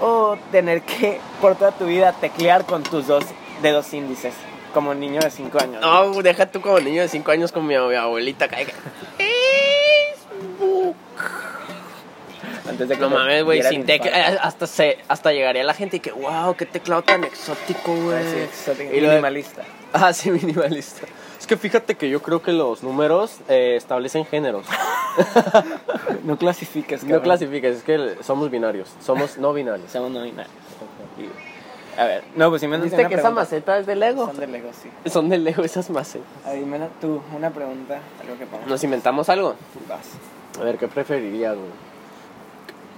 Speaker 2: O tener que por toda tu vida teclear con tus dos dedos índices, como niño de 5 años.
Speaker 1: No, deja tú como niño de 5 años con mi ab- abuelita acá. de que- Facebook.
Speaker 2: Antes de que
Speaker 1: No
Speaker 2: te
Speaker 1: mames, güey,
Speaker 2: diera el
Speaker 1: sin tecla.
Speaker 2: infarto.
Speaker 1: eh, Hasta, se, hasta llegaría la gente y que, wow, qué teclado tan Ah, exótico, güey.
Speaker 2: Sí, exacto,
Speaker 1: Y lo de-
Speaker 2: minimalista.
Speaker 1: Ah, sí, minimalista. Es que fíjate que yo creo que los números eh, establecen géneros.
Speaker 2: No clasifiques,
Speaker 1: No
Speaker 2: cabrón.
Speaker 1: clasificas, es que somos binarios. Somos no binarios.
Speaker 2: Somos no binarios. Y- A ver, no, pues si me
Speaker 1: ¿Viste que esa maceta es de Lego?
Speaker 2: Son de Lego, sí.
Speaker 1: Son de Lego esas macetas.
Speaker 2: A ver, dímela tú, una pregunta, algo que podamos-
Speaker 1: ¿Nos inventamos algo?
Speaker 2: Vas.
Speaker 1: A ver, ¿qué preferirías, güey?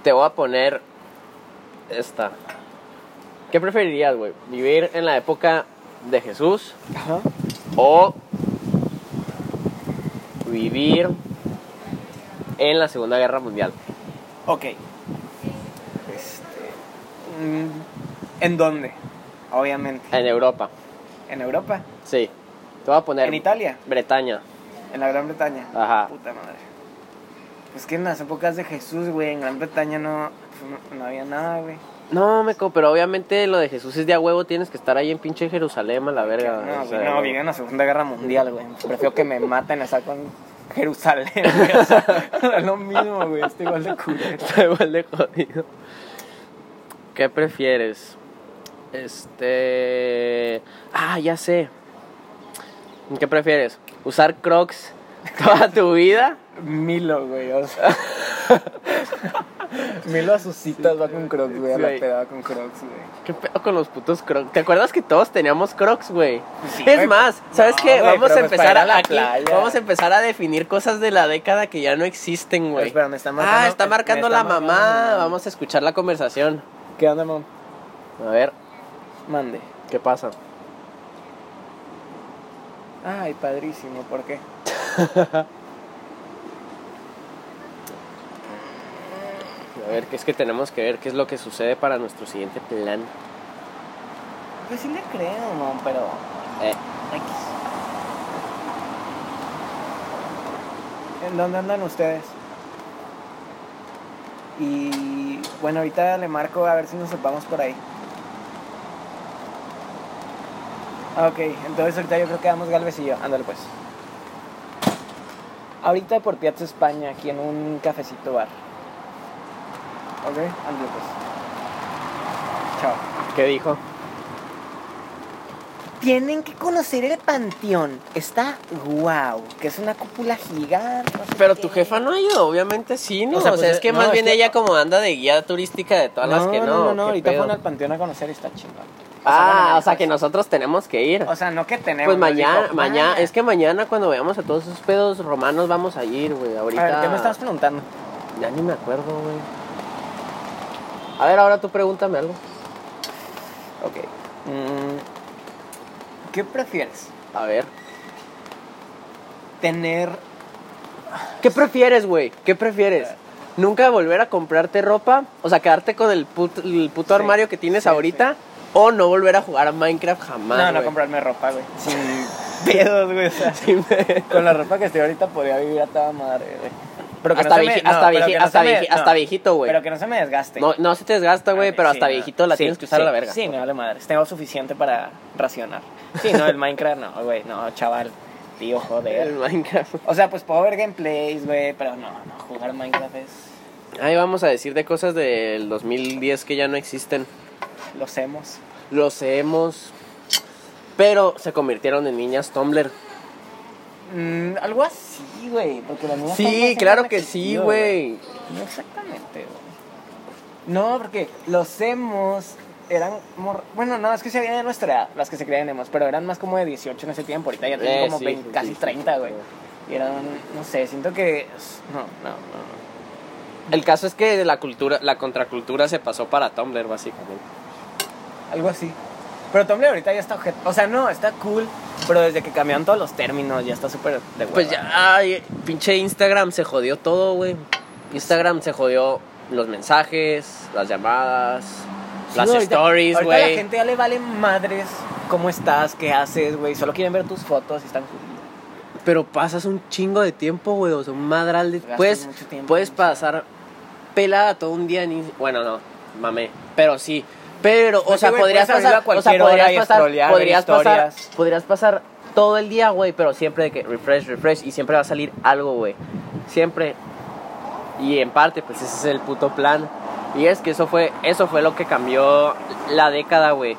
Speaker 1: Te voy a poner esta. ¿Qué preferirías, güey? ¿Vivir en la época de Jesús
Speaker 2: Ajá.
Speaker 1: o vivir en la Segunda Guerra Mundial?
Speaker 2: Ok. Este, mm, ¿En dónde? Obviamente.
Speaker 1: En Europa,
Speaker 2: ¿En Europa?
Speaker 1: sí. Te voy a poner
Speaker 2: ¿En Italia?
Speaker 1: Bretaña.
Speaker 2: ¿En la Gran Bretaña?
Speaker 1: Ajá.
Speaker 2: Puta madre. Es que en las épocas de Jesús, güey, en Gran Bretaña no, pues, no, no había nada, güey.
Speaker 1: No, meco, pero obviamente lo de Jesús es de a huevo, tienes que estar ahí en pinche Jerusalén, a la verga.
Speaker 2: No,
Speaker 1: o sea,
Speaker 2: güey, no, viví en la Segunda Guerra Mundial, güey. Prefiero que me maten a con Jerusalén, güey. O sea, da lo mismo, güey. Estoy igual de culero.
Speaker 1: Está igual de jodido. ¿Qué prefieres? Este. Ah, ya sé. ¿Qué prefieres? ¿Usar Crocs toda tu vida?
Speaker 2: Milo, güey, o sea. Milo a sus citas va con Crocs, güey. A la
Speaker 1: Sí.
Speaker 2: peda va con Crocs, güey.
Speaker 1: ¿Qué pedo con los putos Crocs? ¿Te acuerdas que todos teníamos Crocs, güey?
Speaker 2: Sí,
Speaker 1: es
Speaker 2: güey.
Speaker 1: más, ¿sabes
Speaker 2: No,
Speaker 1: qué?
Speaker 2: güey,
Speaker 1: Vamos
Speaker 2: pero
Speaker 1: a
Speaker 2: pues para
Speaker 1: empezar
Speaker 2: ir a la
Speaker 1: a aquí-
Speaker 2: playa.
Speaker 1: Vamos a empezar a definir cosas de la década que ya no existen, güey.
Speaker 2: Espera, me está
Speaker 1: ah,
Speaker 2: marcando-
Speaker 1: está
Speaker 2: me
Speaker 1: marcando
Speaker 2: está
Speaker 1: la
Speaker 2: marcando
Speaker 1: mamá.
Speaker 2: la mamá.
Speaker 1: Vamos a escuchar la conversación.
Speaker 2: ¿Qué onda, mam?
Speaker 1: A ver,
Speaker 2: Mande.
Speaker 1: ¿qué pasa?
Speaker 2: Ay, padrísimo, ¿por qué?
Speaker 1: A ver, que es que tenemos que ver qué es lo que sucede para nuestro siguiente plan.
Speaker 2: Pues sí le creo, mam, pero.
Speaker 1: Eh,
Speaker 2: ¿En dónde andan ustedes? Y bueno, ahorita le marco a ver si nos topamos por ahí. Ah, Ok, entonces ahorita yo creo que damos Galvez y yo. Ándale pues. Ahorita por Piazza España, aquí en un cafecito bar. Ok, ándale pues. Chao.
Speaker 1: ¿Qué dijo?
Speaker 2: Tienen que conocer el panteón. Está guau, que es una cúpula gigante. no sé
Speaker 1: Pero
Speaker 2: qué.
Speaker 1: tu jefa no ha ido, obviamente sí, ¿no? O
Speaker 2: O
Speaker 1: sea,
Speaker 2: sea, pues,
Speaker 1: es que
Speaker 2: no,
Speaker 1: más
Speaker 2: es
Speaker 1: bien
Speaker 2: que-
Speaker 1: ella como anda de guía turística de todas las que no.
Speaker 2: No, no,
Speaker 1: ¿qué
Speaker 2: ahorita
Speaker 1: pedo?
Speaker 2: fueron al panteón a conocer y está chingón.
Speaker 1: Ah, o sea que nosotros tenemos que ir.
Speaker 2: O sea, no que tenemos.
Speaker 1: Pues
Speaker 2: nos
Speaker 1: mañana,
Speaker 2: dijo, "Ah,
Speaker 1: mañana,
Speaker 2: "Vaya".
Speaker 1: es que mañana cuando veamos a todos esos pedos romanos vamos a ir, güey. Ahorita.
Speaker 2: A ver, ¿qué me estabas preguntando?
Speaker 1: Ya ni me acuerdo, güey. A ver, ahora tú pregúntame algo.
Speaker 2: Ok. Mm, ¿Qué prefieres?
Speaker 1: A ver.
Speaker 2: ¿Tener
Speaker 1: ¿Qué prefieres, güey? ¿Qué prefieres? ¿Nunca volver a comprarte ropa? O sea, quedarte con el, put- el puto
Speaker 2: Sí,
Speaker 1: armario que tienes
Speaker 2: sí,
Speaker 1: ahorita. ¿O no volver a jugar a Minecraft jamás?
Speaker 2: No, no
Speaker 1: güey?
Speaker 2: comprarme ropa, güey. Sin pedos, güey. o sea, con la ropa que estoy ahorita podría vivir a toda madre, güey. Pero que
Speaker 1: Hasta
Speaker 2: no se me-
Speaker 1: vieji-
Speaker 2: no,
Speaker 1: hasta
Speaker 2: pero
Speaker 1: vieji-
Speaker 2: que no
Speaker 1: hasta
Speaker 2: se me-
Speaker 1: vieji- hasta
Speaker 2: no,
Speaker 1: viejito, güey.
Speaker 2: Pero que no se me desgaste.
Speaker 1: No, no se te desgasta, güey, pero hasta viejito la tienes que usar a la verga.
Speaker 2: Ah, Sí, me vale madre. Tengo suficiente para racionar. Sí, no, el Minecraft no, güey. No, chaval. Tío,
Speaker 1: El
Speaker 2: joder.
Speaker 1: Minecraft.
Speaker 2: O sea, pues puedo ver gameplays, güey, pero no, no, jugar Minecraft es.
Speaker 1: Ahí vamos a decir de cosas del 2010 que ya no existen.
Speaker 2: Los hemos.
Speaker 1: Los hemos. Pero se convirtieron en niñas Tumblr. Mm,
Speaker 2: algo así, güey. Porque la niña
Speaker 1: Sí, claro que sí, güey.
Speaker 2: No exactamente, güey. No, porque los hemos eran. mor- Bueno, no, es que se habían de nuestra edad, las que se creían hemos, pero eran más como de 18 en ese tiempo. Ahorita ya tienen
Speaker 1: Eh,
Speaker 2: como
Speaker 1: sí,
Speaker 2: 20,
Speaker 1: sí,
Speaker 2: casi
Speaker 1: sí, sí,
Speaker 2: 30,
Speaker 1: sí,
Speaker 2: güey.
Speaker 1: sí.
Speaker 2: Y eran, no sé, siento que. No, no, no.
Speaker 1: El caso es que la cultura, la contracultura se pasó para Tumblr, básicamente.
Speaker 2: Algo así. Pero Tumblr ahorita ya está objeto. O sea, no, está cool. Pero desde que cambiaron todos los términos, ya está súper de hueva.
Speaker 1: Pues ya, ay, pinche Instagram se jodió todo, güey. Instagram se jodió los mensajes, las llamadas,
Speaker 2: Sí,
Speaker 1: las
Speaker 2: ahorita-
Speaker 1: stories,
Speaker 2: ahorita la
Speaker 1: güey.
Speaker 2: gente ya le vale madres cómo estás, qué haces, güey. Solo quieren ver tus fotos y están.
Speaker 1: Pero pasas un chingo de tiempo, güey, o sea, un madral de...
Speaker 2: Gastas
Speaker 1: Puedes,
Speaker 2: mucho tiempo
Speaker 1: puedes
Speaker 2: en
Speaker 1: pasar pelada todo un día en... Ins- Bueno, no, mamé, pero sí. Pero, o
Speaker 2: Pues
Speaker 1: sea,
Speaker 2: sí, güey,
Speaker 1: podrías
Speaker 2: puedes
Speaker 1: pasar,
Speaker 2: abrirlo a
Speaker 1: o sea,
Speaker 2: cualquier hora
Speaker 1: podrías
Speaker 2: y
Speaker 1: pasar,
Speaker 2: scrollear, ver
Speaker 1: podrías pasar,
Speaker 2: historias.
Speaker 1: podrías pasar todo el día, güey, pero siempre de que refresh, refresh, y siempre va a salir algo, güey. Siempre. Y en parte, pues ese es el puto plan. Y es que eso fue, eso fue lo que cambió la década, güey.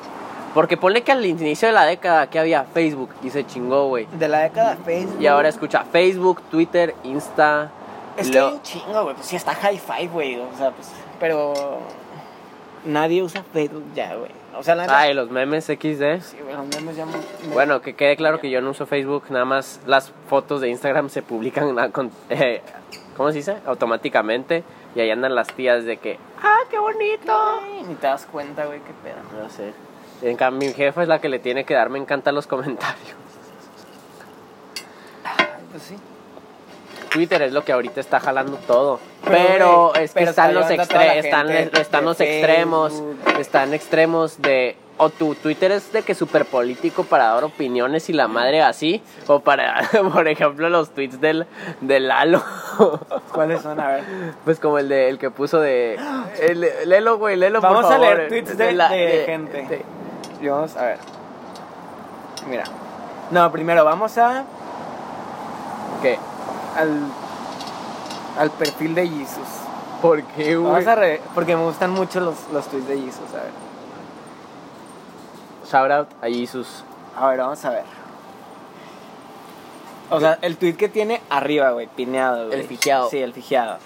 Speaker 1: Porque ponle que al inicio de la década que había Facebook y se chingó, güey.
Speaker 2: De la década Facebook.
Speaker 1: Y ahora escucha Facebook, Twitter, Insta.
Speaker 2: Es que
Speaker 1: lo-
Speaker 2: hay un chingo, güey. Pues sí, está hi-fi, güey. O sea, pues. Pero. Nadie usa Facebook ya, güey. O sea, la neta.
Speaker 1: Ay, los memes XD.
Speaker 2: Sí, güey, los memes ya. me-
Speaker 1: Bueno, que quede claro que yo no uso Facebook, nada más las fotos de Instagram se publican, na- con- eh, ¿cómo se dice? Automáticamente. Y ahí andan las tías de que, ¡ah, qué bonito!
Speaker 2: Ay, Ni te das cuenta, güey, qué pedo.
Speaker 1: No sé. En cambio, mi jefa es la que le tiene que dar, me encantan los comentarios.
Speaker 2: Pues sí.
Speaker 1: Twitter es lo que ahorita está jalando todo.
Speaker 2: Pero,
Speaker 1: Pero
Speaker 2: güey,
Speaker 1: es que
Speaker 2: pero
Speaker 1: están
Speaker 2: está
Speaker 1: los,
Speaker 2: llevando a toda la
Speaker 1: extre- están,
Speaker 2: gente
Speaker 1: están
Speaker 2: de
Speaker 1: los extremos.
Speaker 2: Facebook.
Speaker 1: Están extremos de. O tu Twitter es de que súper político para dar opiniones y la madre así. O para, por ejemplo, los tweets del, del Lalo.
Speaker 2: ¿Cuáles son? A ver.
Speaker 1: Pues como el de el que puso de. el- lelo, güey, lelo, por
Speaker 2: Vamos a
Speaker 1: favor. eh,
Speaker 2: leer tweets de- de gente. Y vamos a ver. Mira. No, primero vamos a.
Speaker 1: ¿Qué?
Speaker 2: Al. Al perfil de Jesus.
Speaker 1: ¿Por qué, güey?
Speaker 2: Vamos a re- Porque me gustan mucho los, los tweets de Jesus. A ver.
Speaker 1: Shout out a Jesus.
Speaker 2: A ver, vamos a ver. O sea, el tweet que tiene arriba, güey, pineado, güey.
Speaker 1: El fijeado.
Speaker 2: Sí, el fijeado.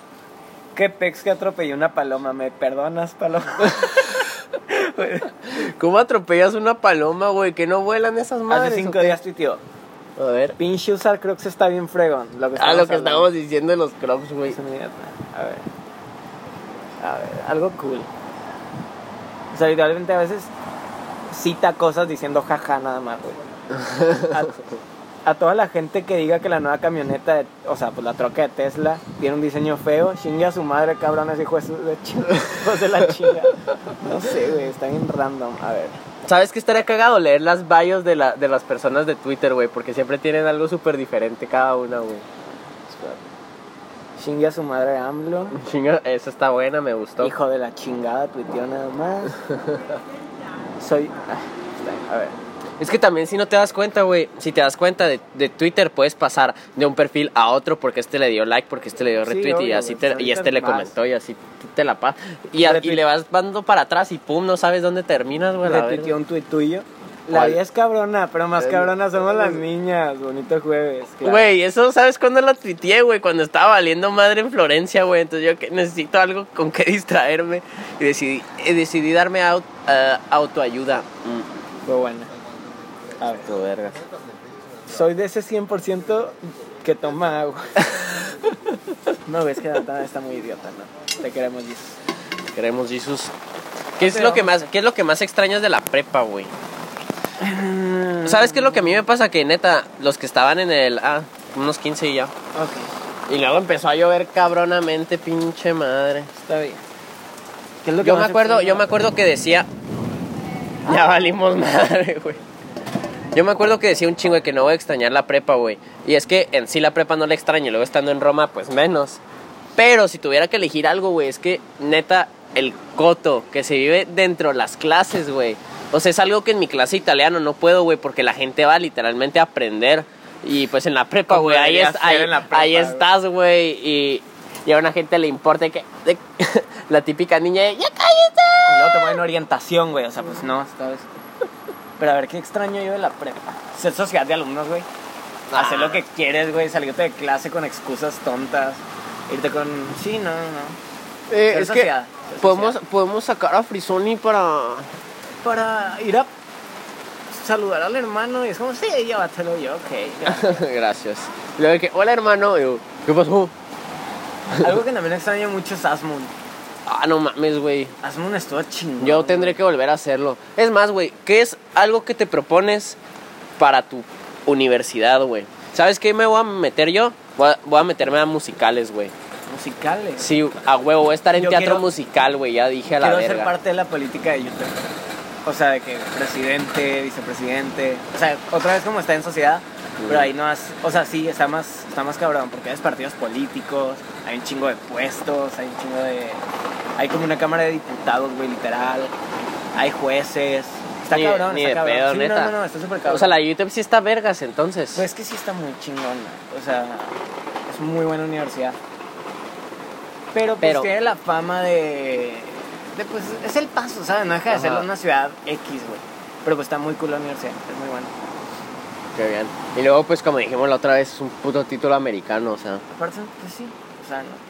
Speaker 2: Qué pex que atropelló una paloma, ¿me perdonas, paloma?
Speaker 1: ¿Cómo atropellas una paloma, güey? Que no vuelan esas madres.
Speaker 2: Hace
Speaker 1: ¿o
Speaker 2: cinco
Speaker 1: qué?
Speaker 2: días tuiteó.
Speaker 1: A ver.
Speaker 2: Pinche usar crocs está bien fregón. Lo que
Speaker 1: Ah, lo que
Speaker 2: hablando.
Speaker 1: estábamos diciendo de los crops, güey.
Speaker 2: Es una mierda. A ver. A ver, algo cool. O sea, literalmente a veces cita cosas diciendo jaja nada más, güey. A, a toda la gente que diga que la nueva camioneta, de- o sea, pues la troca de Tesla, tiene un diseño feo, chingue a su madre, cabrón, ese hijo de, su, de, ch- hijos de la chinga. No sé, güey, está bien random. A ver.
Speaker 1: ¿Sabes qué estaría cagado? Leer las bios de, la, de las personas de Twitter, güey. Porque siempre tienen algo súper diferente cada una, güey.
Speaker 2: espérate. Chingue a su madre AMLO.
Speaker 1: Chinga, esa está buena, me gustó.
Speaker 2: Hijo de la chingada, tuiteó nada más. Soy. ah, está bien, a ver.
Speaker 1: Es que también si no te das cuenta, güey. Si te das cuenta de, de Twitter, puedes pasar de un perfil a otro porque este le dio like, porque este le dio
Speaker 2: Sí,
Speaker 1: retweet y
Speaker 2: obvio,
Speaker 1: así
Speaker 2: güey,
Speaker 1: te,
Speaker 2: pues
Speaker 1: y
Speaker 2: ahorita
Speaker 1: este le
Speaker 2: más.
Speaker 1: comentó y así tú te la pasas. Y, a- y
Speaker 2: Retuite-
Speaker 1: le vas dando para atrás y pum, no sabes dónde terminas, güey. a la
Speaker 2: Retuiteó
Speaker 1: verga.
Speaker 2: un tuit tuyo. La
Speaker 1: ¿Cuál?
Speaker 2: vida es cabrona, pero más
Speaker 1: El-
Speaker 2: cabrona somos las niñas. Bonito jueves. claro.
Speaker 1: Güey, eso sabes cuándo la tuiteé, güey, cuando estaba valiendo madre en Florencia, güey. Entonces yo que necesito algo con que distraerme y decidí, eh, decidí darme au- eh, autoayuda.
Speaker 2: Fue buena. A ver.
Speaker 1: Tu verga.
Speaker 2: Soy de ese 100% que toma agua. no, ves que Dantana está muy idiota, ¿no? Te queremos, Jesus.
Speaker 1: Queremos Jesus. ¿Qué es
Speaker 2: Pero-
Speaker 1: lo que más, qué es lo que más extrañas de la prepa, güey? ¿Sabes qué es lo que a mí me pasa? Que neta, los que estaban en el ah, unos 15 y ya.
Speaker 2: Ok,
Speaker 1: Y luego empezó a llover cabronamente, pinche madre.
Speaker 2: está bien. ¿Qué es lo que
Speaker 1: Yo me
Speaker 2: más
Speaker 1: acuerdo,
Speaker 2: extraña?
Speaker 1: yo me acuerdo que decía. Ya valimos madre, güey. Yo me acuerdo que decía un chingo de que no voy a extrañar la prepa, güey. Y es que en sí la prepa no la extraño, y luego estando en Roma, pues menos. Pero si tuviera que elegir algo, güey, es que neta, el coto que se vive dentro de las clases, güey. O sea, es algo que en mi clase de italiano no puedo, güey, porque la gente va literalmente a aprender. Y pues en la prepa,
Speaker 2: Como
Speaker 1: güey, ahí,
Speaker 2: debería
Speaker 1: es-
Speaker 2: ser
Speaker 1: ahí,
Speaker 2: en la prepa,
Speaker 1: ahí
Speaker 2: güey.
Speaker 1: estás, güey. Y, y a una gente le importa que. de- la típica niña de. ¡Ya cállate!
Speaker 2: Y luego te ponen orientación, güey. O sea, pues no, ¿sabes? Pero a ver, ¿qué extraño yo de la prepa? Ser sociedad de alumnos, güey. Hacer
Speaker 1: Ah.
Speaker 2: lo que quieres, güey. Salirte de clase con excusas tontas. Irte con... Sí, no,
Speaker 1: Eh,
Speaker 2: no. Ser
Speaker 1: es que
Speaker 2: sociedad, ser
Speaker 1: podemos,
Speaker 2: sociedad.
Speaker 1: podemos sacar a Frisoni para.
Speaker 2: Para ir a saludar al hermano. Y es como, sí, llévatelo yo, ok.
Speaker 1: Gracias. Luego de que, hola hermano, y yo, ¿qué pasó?
Speaker 2: Algo que también extraño mucho es Asmund.
Speaker 1: Ah, no mames, güey.
Speaker 2: Hazme un estudio chingón.
Speaker 1: Yo tendré que volver a hacerlo. Es más, güey, ¿qué es algo que te propones para tu universidad, güey? ¿Sabes qué me voy a meter yo? Voy a, voy a meterme a musicales, güey.
Speaker 2: Musicales.
Speaker 1: Sí, a huevo, voy a estar en
Speaker 2: Yo
Speaker 1: teatro
Speaker 2: quiero-
Speaker 1: musical, güey, ya dije a la
Speaker 2: Quiero
Speaker 1: verga.
Speaker 2: ser parte de la política de YouTube. O sea, de que presidente, vicepresidente. O sea, otra vez como está en sociedad. Pero ahí no has. O sea, sí, está más, está más cabrón. Porque hay partidos políticos, hay un chingo de puestos, hay un chingo de. Hay como una cámara de diputados, güey, literal. Hay jueces. Está
Speaker 1: Ni-
Speaker 2: cabrón,
Speaker 1: ni
Speaker 2: está
Speaker 1: de
Speaker 2: cabrón.
Speaker 1: pedo,
Speaker 2: Sí,
Speaker 1: neta.
Speaker 2: No, no, no, está súper cabrón.
Speaker 1: O sea, la UTEP sí está vergas, entonces.
Speaker 2: Pues es que sí está muy chingona. O sea, es muy buena universidad. Pero pues
Speaker 1: Pero-
Speaker 2: tiene la fama de, de, Pues es el paso, ¿sabes? No deja de ser
Speaker 1: Ajá.
Speaker 2: una ciudad X, güey. Pero pues está muy cool la universidad. Es muy buena.
Speaker 1: Qué bien. Y luego, pues, como dijimos la otra vez, es un puto título americano, o sea,
Speaker 2: Aparte, pues sí. O sea, no-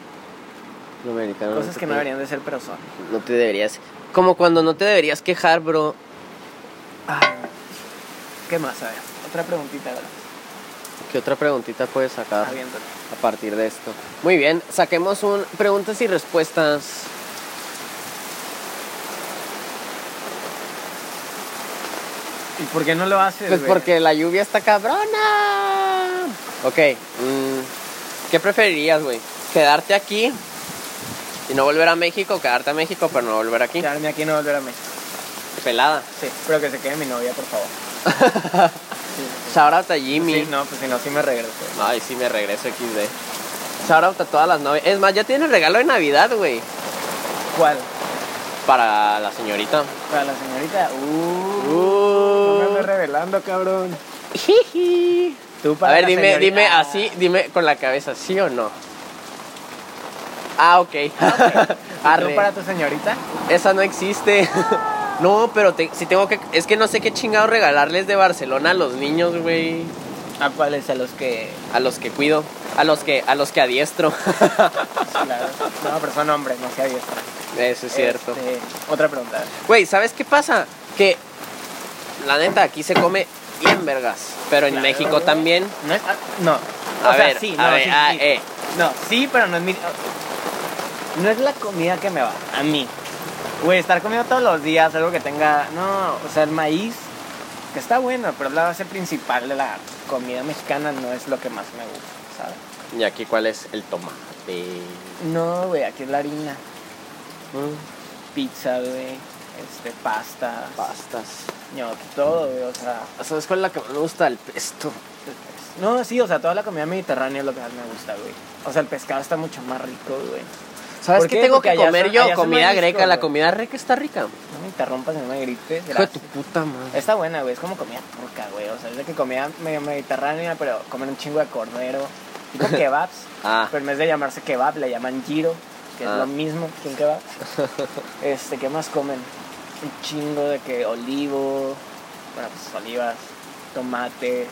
Speaker 1: lo americano.
Speaker 2: cosas
Speaker 1: te
Speaker 2: que no
Speaker 1: puede-
Speaker 2: deberían de ser, pero son.
Speaker 1: No te deberías. Como cuando no te deberías quejar, bro.
Speaker 2: Ah, ¿Qué más? A ver, otra preguntita, ¿verdad?
Speaker 1: ¿Qué otra preguntita puedes sacar
Speaker 2: Aviéntate.
Speaker 1: a partir de esto? Muy bien, saquemos un preguntas y respuestas.
Speaker 2: ¿Y por qué no lo haces?
Speaker 1: Pues
Speaker 2: güey?
Speaker 1: porque la lluvia está cabrona. Ok, mm, ¿qué preferirías, güey? ¿Quedarte aquí y no volver a México? ¿O quedarte a México pero no volver aquí?
Speaker 2: Quedarme aquí y no volver a México.
Speaker 1: Pelada.
Speaker 2: Sí, pero que se quede mi novia, por favor.
Speaker 1: Shout out a Jimmy.
Speaker 2: Sí, no, pues si no, sí me regreso. güey.
Speaker 1: Ay, sí, me regreso XD. Shout out a todas las novias. Es más, ya tiene regalo de Navidad, güey.
Speaker 2: ¿Cuál?
Speaker 1: Para la señorita.
Speaker 2: Para la señorita. Uh. No me andes
Speaker 1: Uh.
Speaker 2: revelando, cabrón.
Speaker 1: Jiji.
Speaker 2: Tú
Speaker 1: A
Speaker 2: para
Speaker 1: ver,
Speaker 2: la
Speaker 1: dime,
Speaker 2: señorita.
Speaker 1: dime así, dime con la cabeza, ¿sí o no? Ah, ok.
Speaker 2: ¿Tú
Speaker 1: Arre.
Speaker 2: para tu señorita?
Speaker 1: Esa no existe. No, pero te- si tengo que. Es que no sé qué chingado regalarles de Barcelona a los niños, güey.
Speaker 2: ¿A cuáles? A los que.
Speaker 1: A los que cuido. A los que, a los que adiestro.
Speaker 2: Claro. No, pero son hombres, no sea diestra.
Speaker 1: Eso es cierto.
Speaker 2: Este, otra pregunta.
Speaker 1: Güey, ¿sabes qué pasa? Que la neta, aquí se come bien vergas. Pero en
Speaker 2: Claro,
Speaker 1: México
Speaker 2: güey.
Speaker 1: también.
Speaker 2: No es. ah, No.
Speaker 1: A
Speaker 2: o sea,
Speaker 1: ver,
Speaker 2: sí,
Speaker 1: a
Speaker 2: no,
Speaker 1: ver,
Speaker 2: sí,
Speaker 1: ah,
Speaker 2: sí.
Speaker 1: eh.
Speaker 2: No, sí, pero no es mi. No es la comida que me va, a mí. Güey, estar comiendo todos los días algo que tenga. No, o sea, el maíz, que está bueno, pero la base principal de la comida mexicana no es lo que más me gusta, ¿sabes?
Speaker 1: ¿Y aquí cuál es el tomate?
Speaker 2: No, güey, aquí es la harina. Mm, Pizza, güey. Este, pasta.
Speaker 1: Pastas.
Speaker 2: ñoqui, todo, güey, o sea.
Speaker 1: ¿Sabes cuál es la que más me gusta? El pesto.
Speaker 2: No, sí, o sea, toda la comida mediterránea es lo que más me gusta, güey. O sea, el pescado está mucho más rico, güey.
Speaker 1: ¿Sabes
Speaker 2: ¿Por
Speaker 1: qué
Speaker 2: qué?
Speaker 1: tengo
Speaker 2: Porque
Speaker 1: que
Speaker 2: allá
Speaker 1: comer
Speaker 2: son-
Speaker 1: yo?
Speaker 2: allá son
Speaker 1: comida
Speaker 2: mariscos,
Speaker 1: greca. La
Speaker 2: güey.
Speaker 1: comida greca está rica.
Speaker 2: No me interrumpas, no me grites.
Speaker 1: Hijo de
Speaker 2: gracias.
Speaker 1: tu puta madre.
Speaker 2: Está buena, güey, es como comida turca, güey. O sea, es de que comida medio mediterránea, pero comen un chingo de cordero. Tipo kebabs.
Speaker 1: Ah.
Speaker 2: Pero en vez de llamarse kebab, le llaman giro, que
Speaker 1: Ah.
Speaker 2: es lo mismo que un kebab. Este, ¿qué más comen? Un chingo de que olivo, bueno, pues olivas, tomate,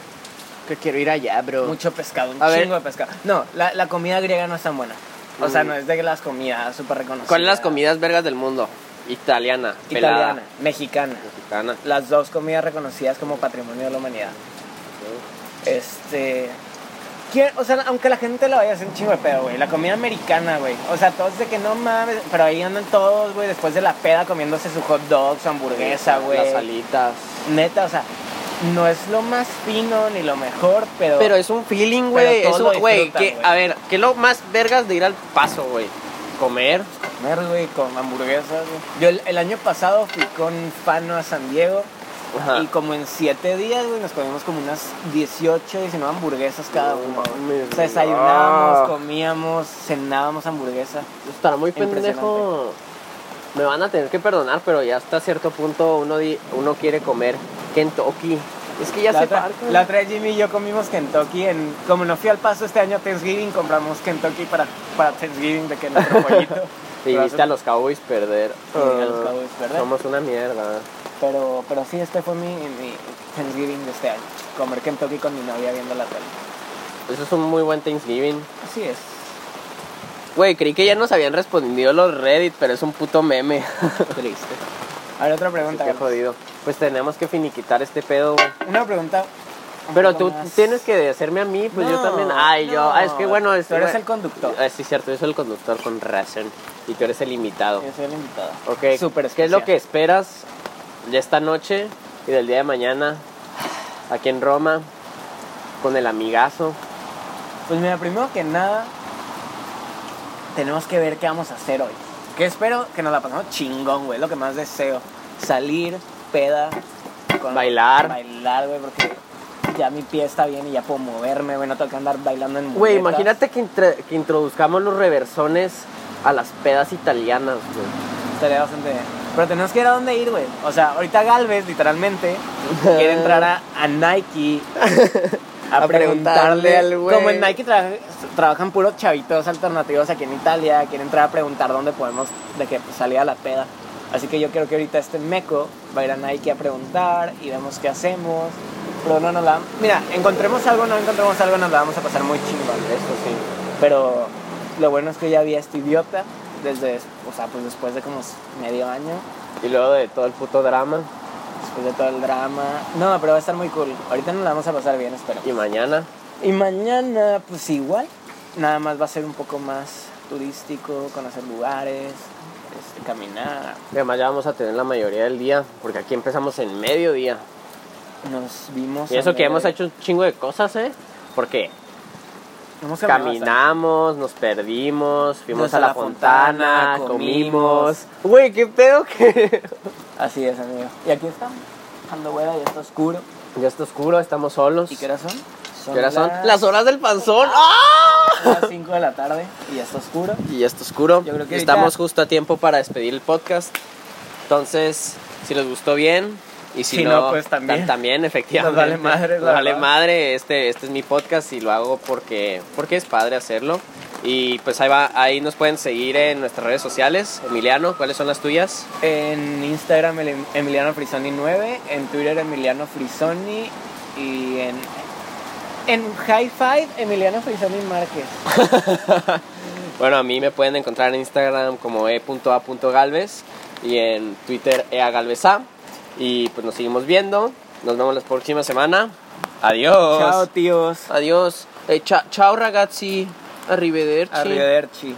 Speaker 1: Que quiero ir allá, bro.
Speaker 2: mucho pescado, un
Speaker 1: A ver.
Speaker 2: chingo de pescado. No, la, la comida griega no es tan buena. O sea,
Speaker 1: Mm.
Speaker 2: no es de las comidas súper reconocidas.
Speaker 1: ¿Cuáles las comidas vergas del mundo? Italiana.
Speaker 2: Italiana,
Speaker 1: pelada,
Speaker 2: mexicana.
Speaker 1: Mexicana.
Speaker 2: Las dos comidas reconocidas como patrimonio de la humanidad. Este. ¿quién- o sea, aunque la gente la vaya a hacer un chingo de pedo, güey. La comida americana, güey. O sea, todos de que no mames. Pero ahí andan todos, güey, después de la peda comiéndose su hot dog, su hamburguesa, güey.
Speaker 1: Las alitas.
Speaker 2: Neta, o sea, no es lo más fino ni lo mejor, pero.
Speaker 1: Pero es un feeling,
Speaker 2: Pero
Speaker 1: güey.
Speaker 2: todos
Speaker 1: Es
Speaker 2: lo
Speaker 1: un, güey,
Speaker 2: disfrutan,
Speaker 1: que,
Speaker 2: güey.
Speaker 1: a ver, ¿qué es lo más vergas de ir al paso, güey? Comer.
Speaker 2: comer, güey, con hamburguesas, güey. Yo el, el año pasado fui con Fano a San Diego.
Speaker 1: Ajá.
Speaker 2: Y como en 7 días, güey, nos comimos como unas 18, 19 hamburguesas cada
Speaker 1: No
Speaker 2: uno. güey.
Speaker 1: mames, Ah.
Speaker 2: O sea, desayunábamos,
Speaker 1: no.
Speaker 2: comíamos, cenábamos hamburguesa.
Speaker 1: Estará muy
Speaker 2: Impresionante.
Speaker 1: pendejo. Me van a tener que perdonar, pero ya hasta cierto punto uno, di- uno quiere comer Kentucky. Es que ya
Speaker 2: La
Speaker 1: se
Speaker 2: otra,
Speaker 1: parca.
Speaker 2: la otra vez Jimmy y yo comimos Kentucky en... Como no fui al paso este año a Thanksgiving, compramos Kentucky para, para Thanksgiving de que nuestro pollito.
Speaker 1: Y
Speaker 2: Pero
Speaker 1: viste
Speaker 2: hace-
Speaker 1: a los Cowboys perder. Ah,
Speaker 2: Sí, a los Cowboys perder.
Speaker 1: Somos una mierda.
Speaker 2: Pero, pero sí, este fue mi, mi Thanksgiving de este año. Comer Kentucky con mi novia viendo la tele.
Speaker 1: Eso es un muy buen Thanksgiving.
Speaker 2: Así es.
Speaker 1: Güey, creí que ya nos habían respondido los Reddit, pero es un puto meme.
Speaker 2: Triste. Ahora otra
Speaker 1: Así
Speaker 2: pregunta.
Speaker 1: que
Speaker 2: Carlos.
Speaker 1: jodido. Pues tenemos que finiquitar este pedo, güey.
Speaker 2: Una pregunta
Speaker 1: Pero tú
Speaker 2: Nomás.
Speaker 1: tienes que hacerme a mí, pues yo
Speaker 2: No,
Speaker 1: también. Ay, yo.
Speaker 2: no,
Speaker 1: ah, es que bueno, es
Speaker 2: Tú eres el conductor.
Speaker 1: Ah, sí, cierto, yo soy el conductor con razón. Y tú eres el invitado.
Speaker 2: Yo soy el invitado.
Speaker 1: Ok.
Speaker 2: Súper
Speaker 1: ¿Qué es
Speaker 2: especial.
Speaker 1: lo que esperas de esta noche y del día de mañana aquí en Roma con el amigazo?
Speaker 2: Pues mira, primero que nada, tenemos que ver qué vamos a hacer hoy. Que espero que nos la pasemos chingón, güey. Lo que más deseo. Salir, peda, con-
Speaker 1: Bailar.
Speaker 2: Bailar, güey, porque ya mi pie está bien y ya puedo moverme, güey. No tengo que andar bailando en
Speaker 1: Güey,
Speaker 2: muletas.
Speaker 1: imagínate que, intre- que introduzcamos los reversones a las pedas italianas, güey.
Speaker 2: Estaría bastante bien. Pero tenemos que ir a dónde ir, güey. O sea, ahorita Galvez, literalmente, quiere entrar a, a Nike a,
Speaker 1: A preguntarle
Speaker 2: preguntarle
Speaker 1: al güey.
Speaker 2: Como en Nike tra- trabajan puros chavitos alternativos aquí en Italia, quiere entrar a preguntar dónde podemos de que pues, salir a la peda. Así que yo creo que ahorita este meco va a ir a Nike a preguntar y vemos qué hacemos. Pero no nos la... Mira, encontremos algo, no encontremos algo, nos la vamos a pasar muy chingón.
Speaker 1: Eso sí.
Speaker 2: Pero lo bueno es que ya había este idiota desde, o sea, pues después de como medio año,
Speaker 1: Y luego de todo el puto drama.
Speaker 2: después de todo el drama. No, pero va a estar muy cool. Ahorita nos la vamos a pasar bien, espero.
Speaker 1: Y mañana.
Speaker 2: Y mañana, pues igual, nada más va a ser un poco más turístico, conocer lugares, este, caminar.
Speaker 1: Y Además ya vamos a tener la mayoría del día, porque aquí empezamos en mediodía.
Speaker 2: Nos vimos.
Speaker 1: Y eso
Speaker 2: en
Speaker 1: que
Speaker 2: el-
Speaker 1: hemos hecho un chingo de cosas, ¿eh? Porque
Speaker 2: Hemos caminado
Speaker 1: caminamos, nos perdimos, fuimos
Speaker 2: Nos
Speaker 1: a la, fontana, comimos. Güey, qué pedo que...
Speaker 2: hasta- Así es, amigo. Y aquí estamos, dando hueva y está oscuro.
Speaker 1: Ya está oscuro, estamos solos.
Speaker 2: ¿Y qué horas son? Son
Speaker 1: ¿Qué horas son?
Speaker 2: las-
Speaker 1: Las horas del panzón. ¡Ah!
Speaker 2: las 5 de la tarde y ya está oscuro.
Speaker 1: Y ya está oscuro.
Speaker 2: Yo creo que
Speaker 1: Y Estamos
Speaker 2: ahorita-
Speaker 1: justo a tiempo para despedir el podcast. Entonces, si les gustó bien. Y si,
Speaker 2: Si no, pues, también.
Speaker 1: tam- también, efectivamente.
Speaker 2: Nos vale madre, la
Speaker 1: Nos vale
Speaker 2: verdad.
Speaker 1: madre. Este, este es mi podcast y lo hago porque, porque es padre hacerlo. Y pues ahí, va, ahí nos pueden seguir en nuestras redes sociales. Emiliano, ¿cuáles son las tuyas?
Speaker 2: En Instagram Emil- Emiliano Frisoni 9, en Twitter Emiliano Frisoni y en en High Five Emiliano Frisoni Márquez.
Speaker 1: Bueno, a mí me pueden encontrar en Instagram como e e.a.galvez y en Twitter e eagalveza. Y pues nos seguimos viendo. Nos vemos la próxima semana. Adiós.
Speaker 2: Chao tíos.
Speaker 1: Adiós. Eh, cha- chao ragazzi. Arrivederci.
Speaker 2: Arrivederci.